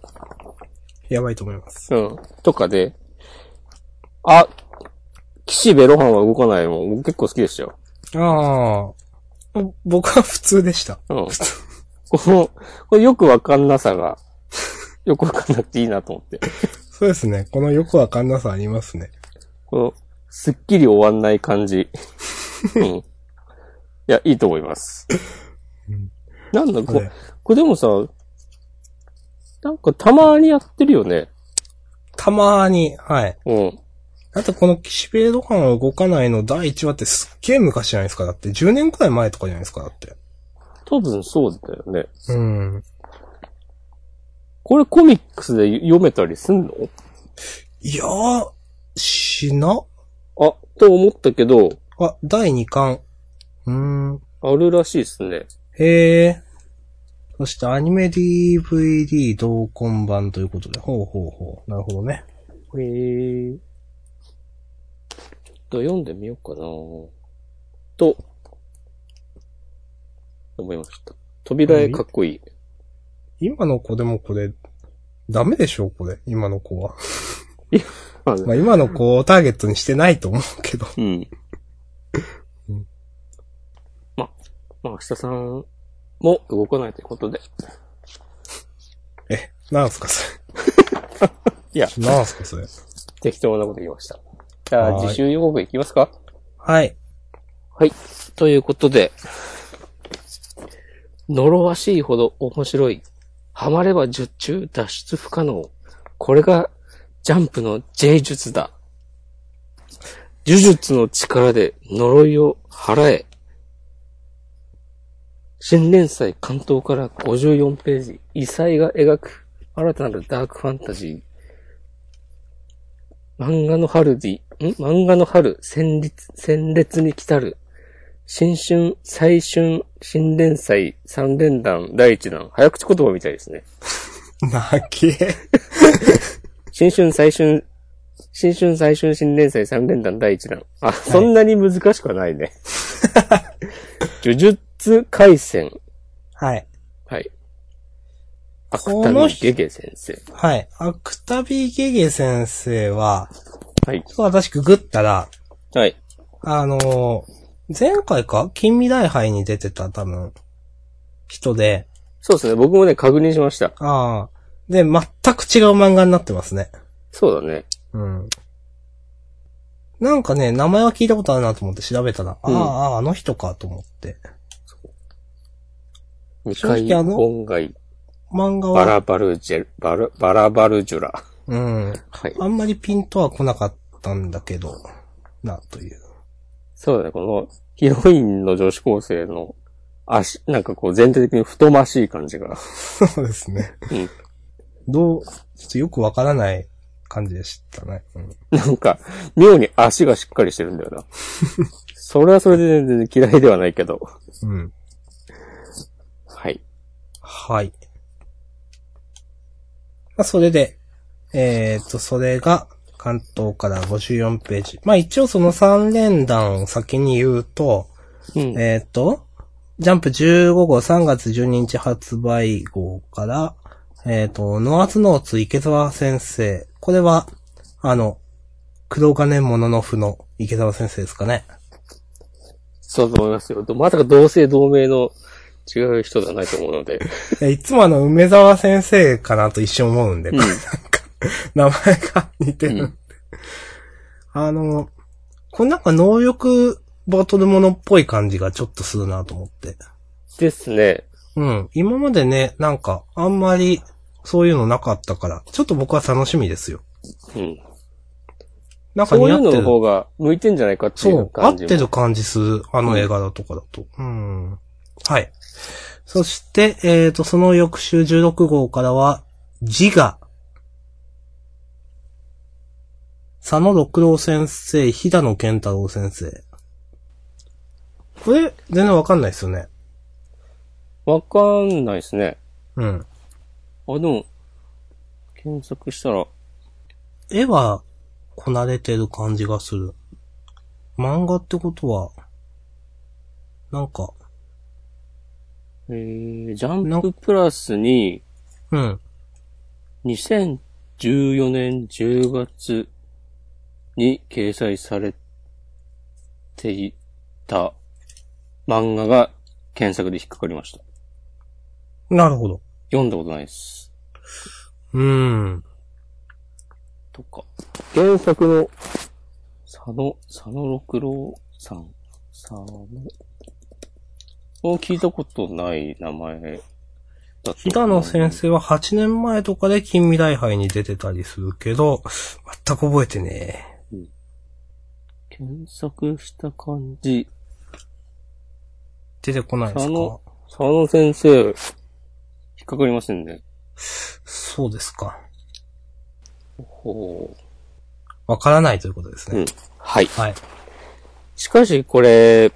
Speaker 2: やばいと思います。
Speaker 1: うん。とかで、あ、岸辺露伴は動かないもん。僕結構好きでしたよ。
Speaker 2: ああ。僕は普通でした。 [LAUGHS]
Speaker 1: うん。この、これよくわかんなさが、よくわかんなくていいなと思って。
Speaker 2: そうですね。このよくわかんなさありますね。
Speaker 1: この、すっきり終わんない感じ。うん。いや、いいと思います。なんだ、こ
Speaker 2: はい
Speaker 1: これでもさ、なんかたまにやってるよね。
Speaker 2: たまーに、はい。
Speaker 1: うん。
Speaker 2: あとこの岸辺露伴は動かないの第1話ってすっげえ昔じゃないですか。だって10年くらい前とかじゃないですか。だって。
Speaker 1: 多分そうだよね。
Speaker 2: うん。
Speaker 1: これコミックスで読めたりすんの
Speaker 2: いやー、しな。
Speaker 1: あ、と思ったけど、
Speaker 2: あ、第2巻。うーん。
Speaker 1: あるらしいですね。
Speaker 2: へえ。そしてアニメ DVD 同梱版ということで。ほうほうほう。なるほどね。
Speaker 1: へえ。と読んでみようかなと、思いました。扉絵かっこいい。
Speaker 2: 今の子でもこれ、ダメでしょこれ。今の子は。
Speaker 1: あの
Speaker 2: まあ今の子をターゲットにしてないと思うけど。
Speaker 1: うん
Speaker 2: うん。
Speaker 1: ま、まあ、明日さんも動かないということで。
Speaker 2: え、なんすかそ
Speaker 1: いや、
Speaker 2: れ。なんすかそれ。
Speaker 1: 適当なこと言いました。じゃあ、
Speaker 2: はーい
Speaker 1: 自習予告いきますか
Speaker 2: はい。
Speaker 1: はい。ということで、呪わしいほど面白い。ハマれば術中脱出不可能。これがジャンプの J 術だ。呪術の力で呪いを払え。新連載関東から54ページ、異彩が描く新たなるダークファンタジー。漫画の春で、ん漫画の春、戦慄、戦列に来たる。新春、最春、新連載、三連弾、第一弾。早口言葉みたいですね。
Speaker 2: 泣け。
Speaker 1: 新春、最春、新春、最春、新連載、三連弾、第一弾。あ、そんなに難しくはない
Speaker 2: [LAUGHS]
Speaker 1: ね。呪術回戦。
Speaker 2: はい。
Speaker 1: はい。
Speaker 2: こ
Speaker 1: 芥
Speaker 2: の
Speaker 1: 見
Speaker 2: 人
Speaker 1: ゲゲ先生。
Speaker 2: はい。アクタビゲゲ先生は、
Speaker 1: はい。
Speaker 2: ちょっと私ググったら、
Speaker 1: はい。
Speaker 2: あのー前回か近未来杯に出てた多分、人で、
Speaker 1: そうですね。僕もね、確認しました。
Speaker 2: ああ、で、全く違う漫画になってますね。
Speaker 1: そうだね。
Speaker 2: うん。なんかね、名前は聞いたことあるなと思って調べたら、
Speaker 1: うん
Speaker 2: ああああ、あの人かと思って。
Speaker 1: 二回
Speaker 2: 正直あの
Speaker 1: 本外、
Speaker 2: 漫画
Speaker 1: バ
Speaker 2: は、
Speaker 1: ラバルジェル、バラ、バラバルジュラ。
Speaker 2: うん。
Speaker 1: はい。
Speaker 2: あんまりピンとは来なかったんだけど、な、という。
Speaker 1: そうだね、この、ヒロインの女子高生の足、なんかこう全体的に太ましい感じが。 [LAUGHS]
Speaker 2: そうですね。
Speaker 1: うん。
Speaker 2: どう、ちょっとよくわからない感じでしたね。うん
Speaker 1: なんか、妙に足がしっかりしてるんだよ
Speaker 2: [LAUGHS]
Speaker 1: な。それはそれで全然嫌いではないけど。
Speaker 2: うん。
Speaker 1: はい。
Speaker 2: はい。まあ、それで、えー、っと、それが、関東から54ページ。まあ、一応その3連弾を先に言うと、
Speaker 1: うん。
Speaker 2: えーっと、ジャンプ15号3月12日発売号から、えーっと、ノアツノーツ池澤先生。これは、あの、黒金モノノフの池澤先生ですかね。
Speaker 1: そうだと思いますよ。まさか同姓同名の違う人ではないと思うので。
Speaker 2: いやいつもあの、梅沢先生かなと一瞬思うんで、
Speaker 1: うん
Speaker 2: なんか、 [LAUGHS] 名前が似てる、んであの、これなんか能力バトルものっぽい感じがちょっとするなと思って。
Speaker 1: [LAUGHS] ですね。
Speaker 2: うん。今までね、なんか、あんまり、そういうのなかったから、ちょっと僕は楽しみですよ。
Speaker 1: うん。
Speaker 2: なん
Speaker 1: そ
Speaker 2: か
Speaker 1: う
Speaker 2: 似
Speaker 1: い
Speaker 2: 合っ
Speaker 1: うの
Speaker 2: て
Speaker 1: の
Speaker 2: る。
Speaker 1: 方が向いてんじゃないかってい
Speaker 2: そうう、合
Speaker 1: 感
Speaker 2: っ
Speaker 1: じも。
Speaker 2: てる感じする、あの映画だとかだと。うん。はい。そして、えっ、と、その翌週16号からは、自我。佐野六郎先生、日田野健太郎先生。これ、全然わかんないですよね。
Speaker 1: わかんないですね。
Speaker 2: うん。
Speaker 1: あ、でも、検索したら、
Speaker 2: 絵は、こなれてる感じがする。漫画ってことは、なんか、
Speaker 1: えー、ジャンププラスに、
Speaker 2: うん。
Speaker 1: 2014年10月に掲載されていた漫画が検索で引っかかりました。
Speaker 2: なるほど。
Speaker 1: 読んだことないです。
Speaker 2: うん。
Speaker 1: とか。原作の、佐野、佐野六郎さん、佐野。を聞いたことない名前だった。
Speaker 2: 平野先生は8年前とかで近未来杯に出てたりするけど、全く覚えてね
Speaker 1: 検索した感じ。
Speaker 2: え。出てこないで
Speaker 1: 佐
Speaker 2: すか
Speaker 1: 野佐野先生、引っかかりませんね。
Speaker 2: そうですか。
Speaker 1: ほう。
Speaker 2: わからないということですね。
Speaker 1: うんはい。
Speaker 2: はい。
Speaker 1: しかし、これ、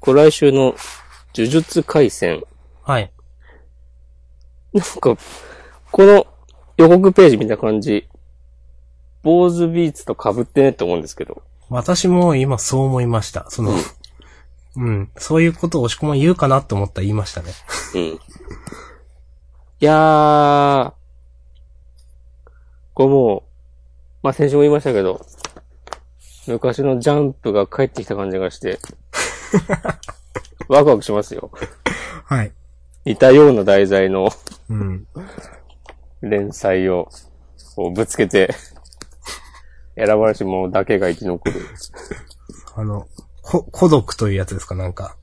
Speaker 1: ご来週の呪術回戦。
Speaker 2: はい。
Speaker 1: なんか、この予告ページ見た感じ、坊主ビーツと被ってねって思うんですけど。
Speaker 2: 私も今そう思いました。その、うん。そういうことを押し込ま言うかなと思ったら言いましたね。
Speaker 1: うん。いやー、これもう、まあ、先週も言いましたけど、昔のジャンプが帰ってきた感じが [LAUGHS] して、ワクワクしますよ。
Speaker 2: はい。
Speaker 1: 似たような題材の
Speaker 2: うん。
Speaker 1: 連載を、こうぶつけて、選ばれし者だけが生き残る。
Speaker 2: あの、こ、孤独というやつですか、なんか。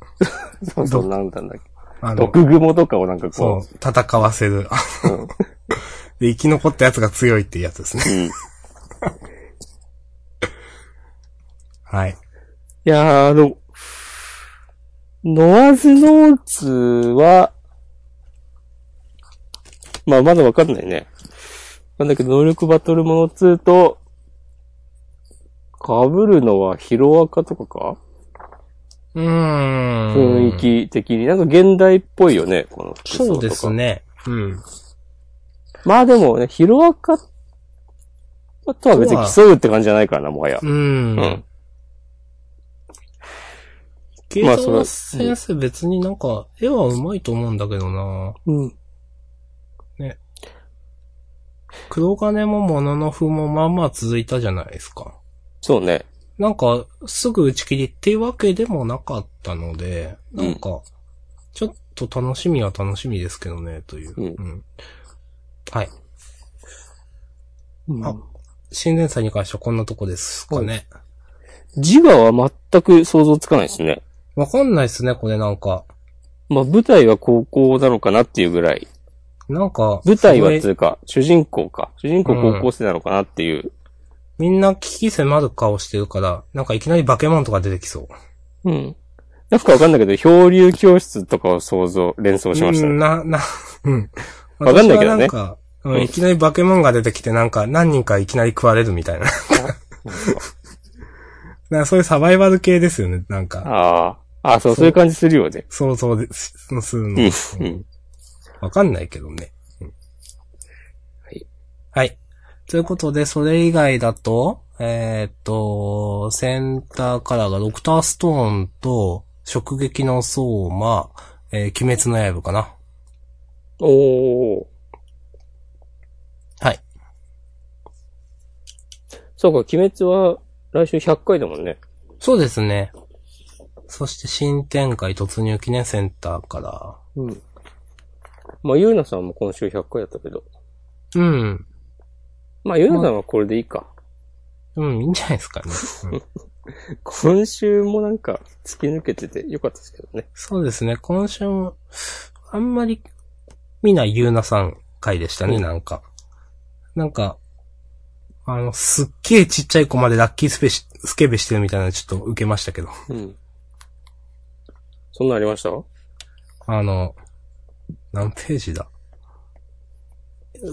Speaker 1: そうそう、なんだっけ。
Speaker 2: あの、
Speaker 1: 毒蜘蛛とかをなんか
Speaker 2: そ
Speaker 1: こ
Speaker 2: う、戦わせる。あ
Speaker 1: う、うん
Speaker 2: で生き残ったやつが強いっていうやつですね。
Speaker 1: うんい
Speaker 2: はい。
Speaker 1: やー、あの、ノアズノーツは、まあまだわかんないね。なんだけど、能力バトルモノ2と、被るのはヒロアカとかか
Speaker 2: うーん。
Speaker 1: 雰囲気的に。なんか現代っぽいよね、この服装とか。
Speaker 2: そうですね。うん。
Speaker 1: まあでもね、ヒロアカとは別に競うって感じじゃないからな、もはや。
Speaker 2: うん。
Speaker 1: うん。
Speaker 2: 慶
Speaker 1: まあそれは
Speaker 2: 沢先生別になんか、絵は上手いと思うんだけどな
Speaker 1: うん。
Speaker 2: 黒金もモノノフもまあまあ続いたじゃないですか。
Speaker 1: そうね。
Speaker 2: なんか、すぐ打ち切りっていうわけでもなかったので、なんか、ちょっと楽しみは楽しみですけどね、という。
Speaker 1: うん
Speaker 2: はい。
Speaker 1: うん
Speaker 2: あ新年祭に関してはこんなとこですかね。
Speaker 1: 自我は全く想像つかないですね。
Speaker 2: わかんないですね、これなんか。
Speaker 1: まあ舞台は高校なのかなっていうぐらい。
Speaker 2: なんか、
Speaker 1: 舞台は
Speaker 2: すごい
Speaker 1: つうか、主人公か。主人公高校生なのかなっていう。
Speaker 2: みんな危機迫る顔してるから、なんかいきなりバケモンとか出てきそう。
Speaker 1: うん。なんかわかんないけど、漂流教室とかを想像、連想しました
Speaker 2: う
Speaker 1: ね
Speaker 2: んな、な、うん。 [LAUGHS]
Speaker 1: わかんないけどね
Speaker 2: 私はなんか、うん、いきなり化け物が出てきてなんか何人かいきなり食われるみたい [LAUGHS] な。だからそういうサバイバル系ですよね、なんか。
Speaker 1: ああ。あそう、そういう感じするよね。
Speaker 2: 想像ですする
Speaker 1: う
Speaker 2: の。
Speaker 1: ん。うん。
Speaker 2: わかんないけどね。うん
Speaker 1: はい。
Speaker 2: はい。ということで、それ以外だと、えーっと、センターカラーがドクターストーンと、直撃の相馬、えー鬼滅の刃かな。
Speaker 1: おー。
Speaker 2: はい。
Speaker 1: そうか、鬼滅は来週100回だもんね。
Speaker 2: そうですね。そして新展開突入記念センターから。
Speaker 1: うん。まあ、ゆうなさんも今週100回だったけど。
Speaker 2: うん。
Speaker 1: まあ、ゆうなさんはこれでいいか。
Speaker 2: うん、いいんじゃないですかね。うん
Speaker 1: 今週もなんか突き抜けててよかったですけどね。
Speaker 2: [LAUGHS] そうですね。今週も、あんまり、見ないゆうなさん回でしたね、
Speaker 1: うん
Speaker 2: なんか。なんか、あの、すっげえちっちゃい子までラッキースペシ、スケベしてるみたいなのちょっと受けましたけど。
Speaker 1: うん。そんなんありました
Speaker 2: あの、何ページだ。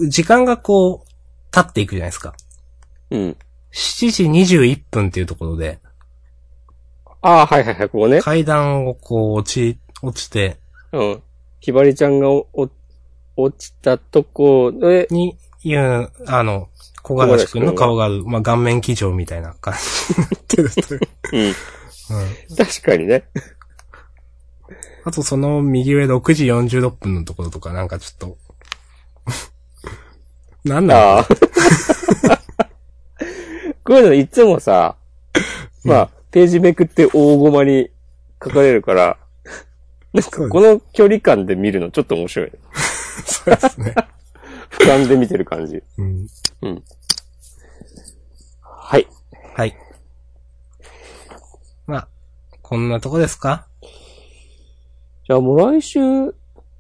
Speaker 2: 時間がこう、経っていくじゃないですか。
Speaker 1: うん。
Speaker 2: 7時21分っていうところで、
Speaker 1: ああ、はいはいはい、ここね。
Speaker 2: 階段をこう落ち、落ちて、
Speaker 1: うん。ひばりちゃんがおお落ちたとこで、
Speaker 2: に、ゆう、あの、小柄しくんの顔がある、まあ、顔面基調みたいな感じになってるという。
Speaker 1: うん。
Speaker 2: うん。
Speaker 1: 確かにね。
Speaker 2: あとその右上6時46分のところとかなんかちょっと。なんだ
Speaker 1: あ
Speaker 2: ろ
Speaker 1: あ。 [LAUGHS] こういうのいつもさ、まあ、ページめくって大駒に書かれるから、なん
Speaker 2: そう
Speaker 1: かこの距離感で見るのちょっと面白いね。
Speaker 2: うそうですね。
Speaker 1: 俯瞰で見てる感じ。
Speaker 2: うん。
Speaker 1: うん。はい。
Speaker 2: はい。まあ、こんなとこですか
Speaker 1: じゃあもう来週、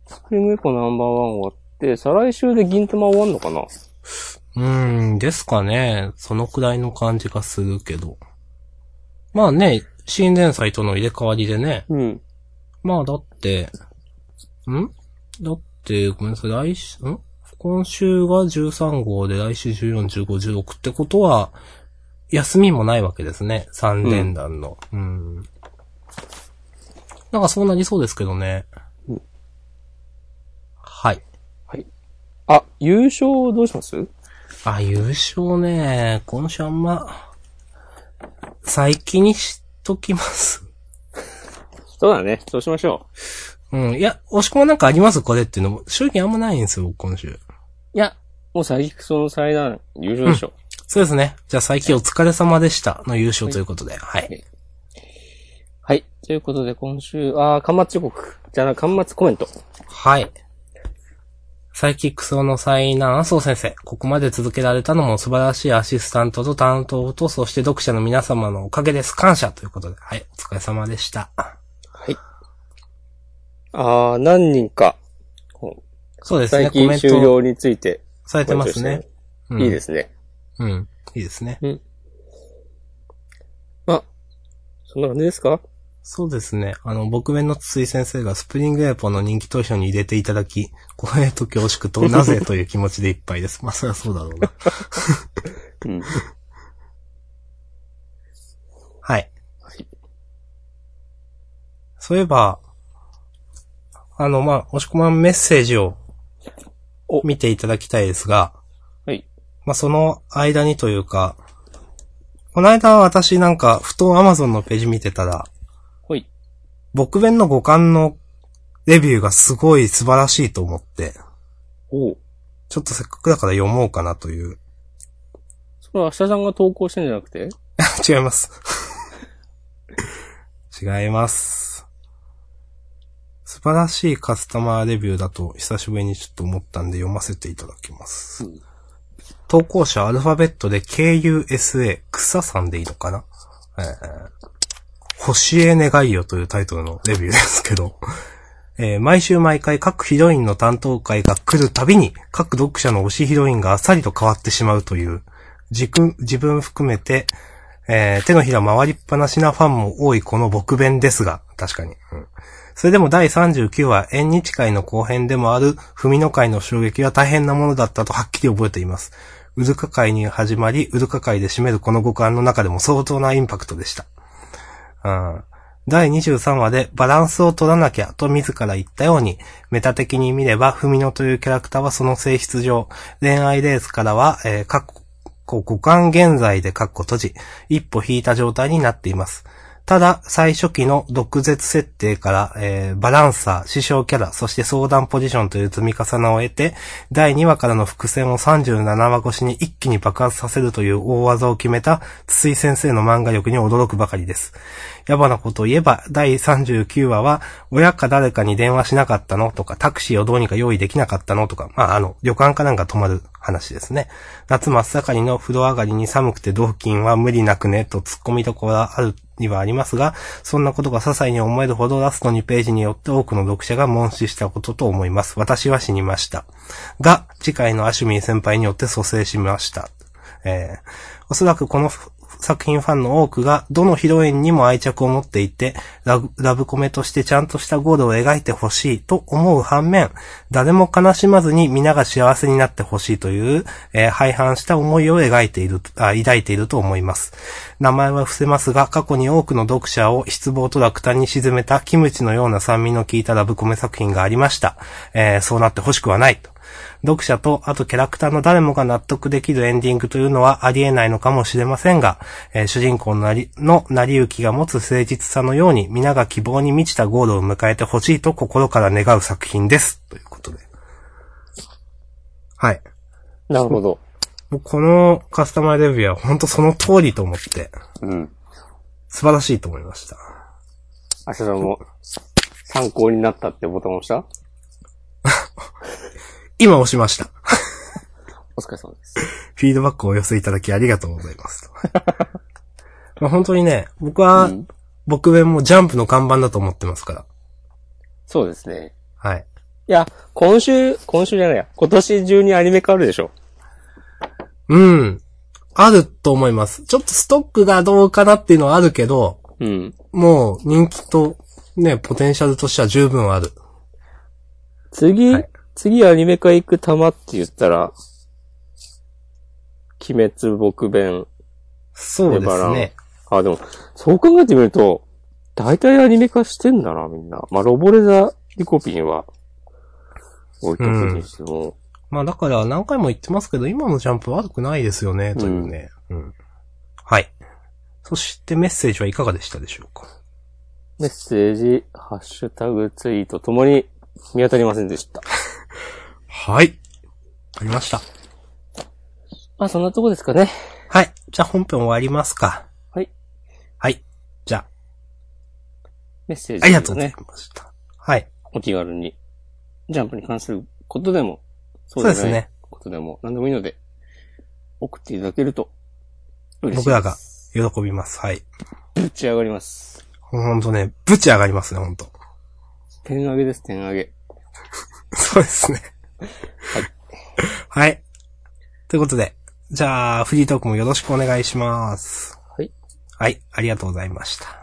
Speaker 1: スプリングエコナンバーワン終わって、再来週で銀玉終わんのかな
Speaker 2: うーん、ですかね。そのくらいの感じがするけど。まあね、新前祭との入れ替わりでね。
Speaker 1: うん。
Speaker 2: まあだって、んだって、ごめんなさい、来週、ん今週が13号で来週14、15、16ってことは、休みもないわけですね。3連弾の。うん。なんかそうなりそうですけどね。
Speaker 1: うん
Speaker 2: はい。
Speaker 1: あ、優勝どうします
Speaker 2: あ、優勝ね、今週あんま、最近にしときます。
Speaker 1: そうだね。そうしましょう。
Speaker 2: うん。いや、押し込まなんかありますこれっていうのも、正直あんまないんですよ、僕今週。
Speaker 1: いや、もう最近その最難、優勝でしょ。
Speaker 2: そうですね。じゃあ最近お疲れ様でしたの優勝ということで。はい。
Speaker 1: はい。ということで、今週、あー、巻末予告。じゃあな、巻末コメント。
Speaker 2: はい。サイキックスの災難、麻生先生。ここまで続けられたのも素晴らしいアシスタントと担当と、そして読者の皆様のおかげです。感謝ということで。はい。お疲れ様でした。
Speaker 1: はい。あー、何人か、こう
Speaker 2: そうです
Speaker 1: 最
Speaker 2: ね。コ
Speaker 1: 近
Speaker 2: メン
Speaker 1: 終
Speaker 2: ト
Speaker 1: 了について、
Speaker 2: されてますね。うん
Speaker 1: いいですね。
Speaker 2: うん。いいですね。
Speaker 1: あ、そんな感じですか
Speaker 2: そうですね。あの、僕面の筒井先生がスプリングエポの人気投票に入れていただき、光栄と恐縮となぜという気持ちでいっぱいです。まあ、そりゃそうだろうな。
Speaker 1: [LAUGHS] うん。
Speaker 2: はい。そういえば、あの、まあ、押し込まんメッセージを
Speaker 1: お
Speaker 2: 見ていただきたいですが、
Speaker 1: はい。
Speaker 2: まあ、その間にというか、この間私なんか、ふと Amazon のページ見てたら、
Speaker 1: ほい。
Speaker 2: 僕弁の五感のレビューがすごい素晴らしいと思って、
Speaker 1: おう
Speaker 2: ちょっとせっかくだから読もうかなという。
Speaker 1: それは明日さんが投稿してんじゃなくて
Speaker 2: [LAUGHS] 違います。違います。素晴らしいカスタマーレビューだと久しぶりにちょっと思ったんで読ませていただきます。
Speaker 1: うん
Speaker 2: 投稿者アルファベットで KUSA 草さんでいいのかな、えー星へ願いよというタイトルのレビューですけど、えー毎週毎回各ヒロインの担当会が来るたびに各読者の推しヒロインがあっさりと変わってしまうという、自分自分含めて、えー手のひら回りっぱなしなファンも多いこの僕弁ですが、確かに。うんそれでも第39話、縁日会の後編でもある、文野会の襲撃は大変なものだったとはっきり覚えています。うずか会に始まり、うずか会で締めるこの五感の中でも相当なインパクトでした。うん第23話でバランスを取らなきゃと自ら言ったように、メタ的に見れば、文野というキャラクターはその性質上、恋愛レースからは、えー、かっこ五感現在でかっこ閉じ、一歩引いた状態になっています。ただ、最初期の毒舌設定から、えーバランサー、師匠キャラ、そして相談ポジションという積み重ねを得て、第2話からの伏線を37話越しに一気に爆発させるという大技を決めた、筒井先生の漫画力に驚くばかりです。やばなことを言えば、第39話は、親か誰かに電話しなかったのとか、タクシーをどうにか用意できなかったのとか、まあ、あの、旅館かなんか泊まる話ですね。夏真っ盛りの風呂上がりに寒くて同金は無理なくね、と突っ込みどころはあるにはありますが、そんなことが些細に思えるほどラスト2ページによって多くの読者が問視したことと思います。私は死にました。が、次回のアシュミー先輩によって蘇生しました。えーおそらくこのふ作品ファンの多くが、どのヒロインにも愛着を持っていて、ラブラブコメとしてちゃんとしたゴールを描いてほしいと思う反面、誰も悲しまずに皆が幸せになってほしいという、えー廃反した思いを描いているあ、抱いていると思います。名前は伏せますが、過去に多くの読者を失望と落胆に沈めたキムチのような酸味の効いたラブコメ作品がありました。えーそうなってほしくはないと。読者と、あとキャラクターの誰もが納得できるエンディングというのはありえないのかもしれませんが、えー主人公のなり、の成り行きが持つ誠実さのように、皆が希望に満ちたゴールを迎えてほしいと心から願う作品です。ということで。はい。
Speaker 1: なるほど。
Speaker 2: もうこのカスタマーレビューは本当その通りと思って、
Speaker 1: うん。
Speaker 2: 素晴らしいと思いました。
Speaker 1: あちらも、参考になったってボタンを押した
Speaker 2: 今押しました。
Speaker 1: お疲れ様です。
Speaker 2: フィードバックをお寄せいただきありがと [LAUGHS] うございます。まあ本当にね、僕は、
Speaker 1: うん
Speaker 2: 僕弁もジャンプの看板だと思ってますから。
Speaker 1: そうですね。
Speaker 2: はい。
Speaker 1: いや、今週、今週じゃないや。今年中にアニメ変わるでしょ。
Speaker 2: うん。あると思います。ちょっとストックがどうかなっていうのはあるけど、
Speaker 1: うん。
Speaker 2: もう人気とね、ポテンシャルとしては十分ある。
Speaker 1: 次、
Speaker 2: はい
Speaker 1: 次アニメ化行く玉って言ったら、鬼滅、僕弁。
Speaker 2: そうで
Speaker 1: レバ
Speaker 2: す
Speaker 1: ラ
Speaker 2: ね。
Speaker 1: あ、でも、そう考えてみると、大体アニメ化してんだな、みんな。まあ、ロボレザ、リコピンは、置いとくにしても、
Speaker 2: まあだから何回も言ってますけど、今のジャンプは悪くないですよね、というね。うん、はい。そしてメッセージはいかがでしたでしょうか
Speaker 1: メッセージ、ハッシュタグ、ツイートともに見当たりませんでした。
Speaker 2: はい。ありました。
Speaker 1: まあ、そんなとこですかね。
Speaker 2: はい。じゃあ本編終わりますか。
Speaker 1: はい。
Speaker 2: はい。じゃ
Speaker 1: メッセー
Speaker 2: あ、あ
Speaker 1: ジ、
Speaker 2: りがとうござい。ました。はい。
Speaker 1: お気軽に、ジャンプに関することでも、そ
Speaker 2: そうですね。
Speaker 1: ことでも、何でもいいので、送っていただけると、嬉しいです。
Speaker 2: 僕らが喜びます。はい。
Speaker 1: ぶち上がります。
Speaker 2: ほんとね、ぶち上がりますね、ほんと。
Speaker 1: 点上げです、点上げ。
Speaker 2: [LAUGHS] そうですね。はい。はい。ということで、じゃあ、フリートークもよろしくお願いします。
Speaker 1: はい。
Speaker 2: はい、ありがとうございました。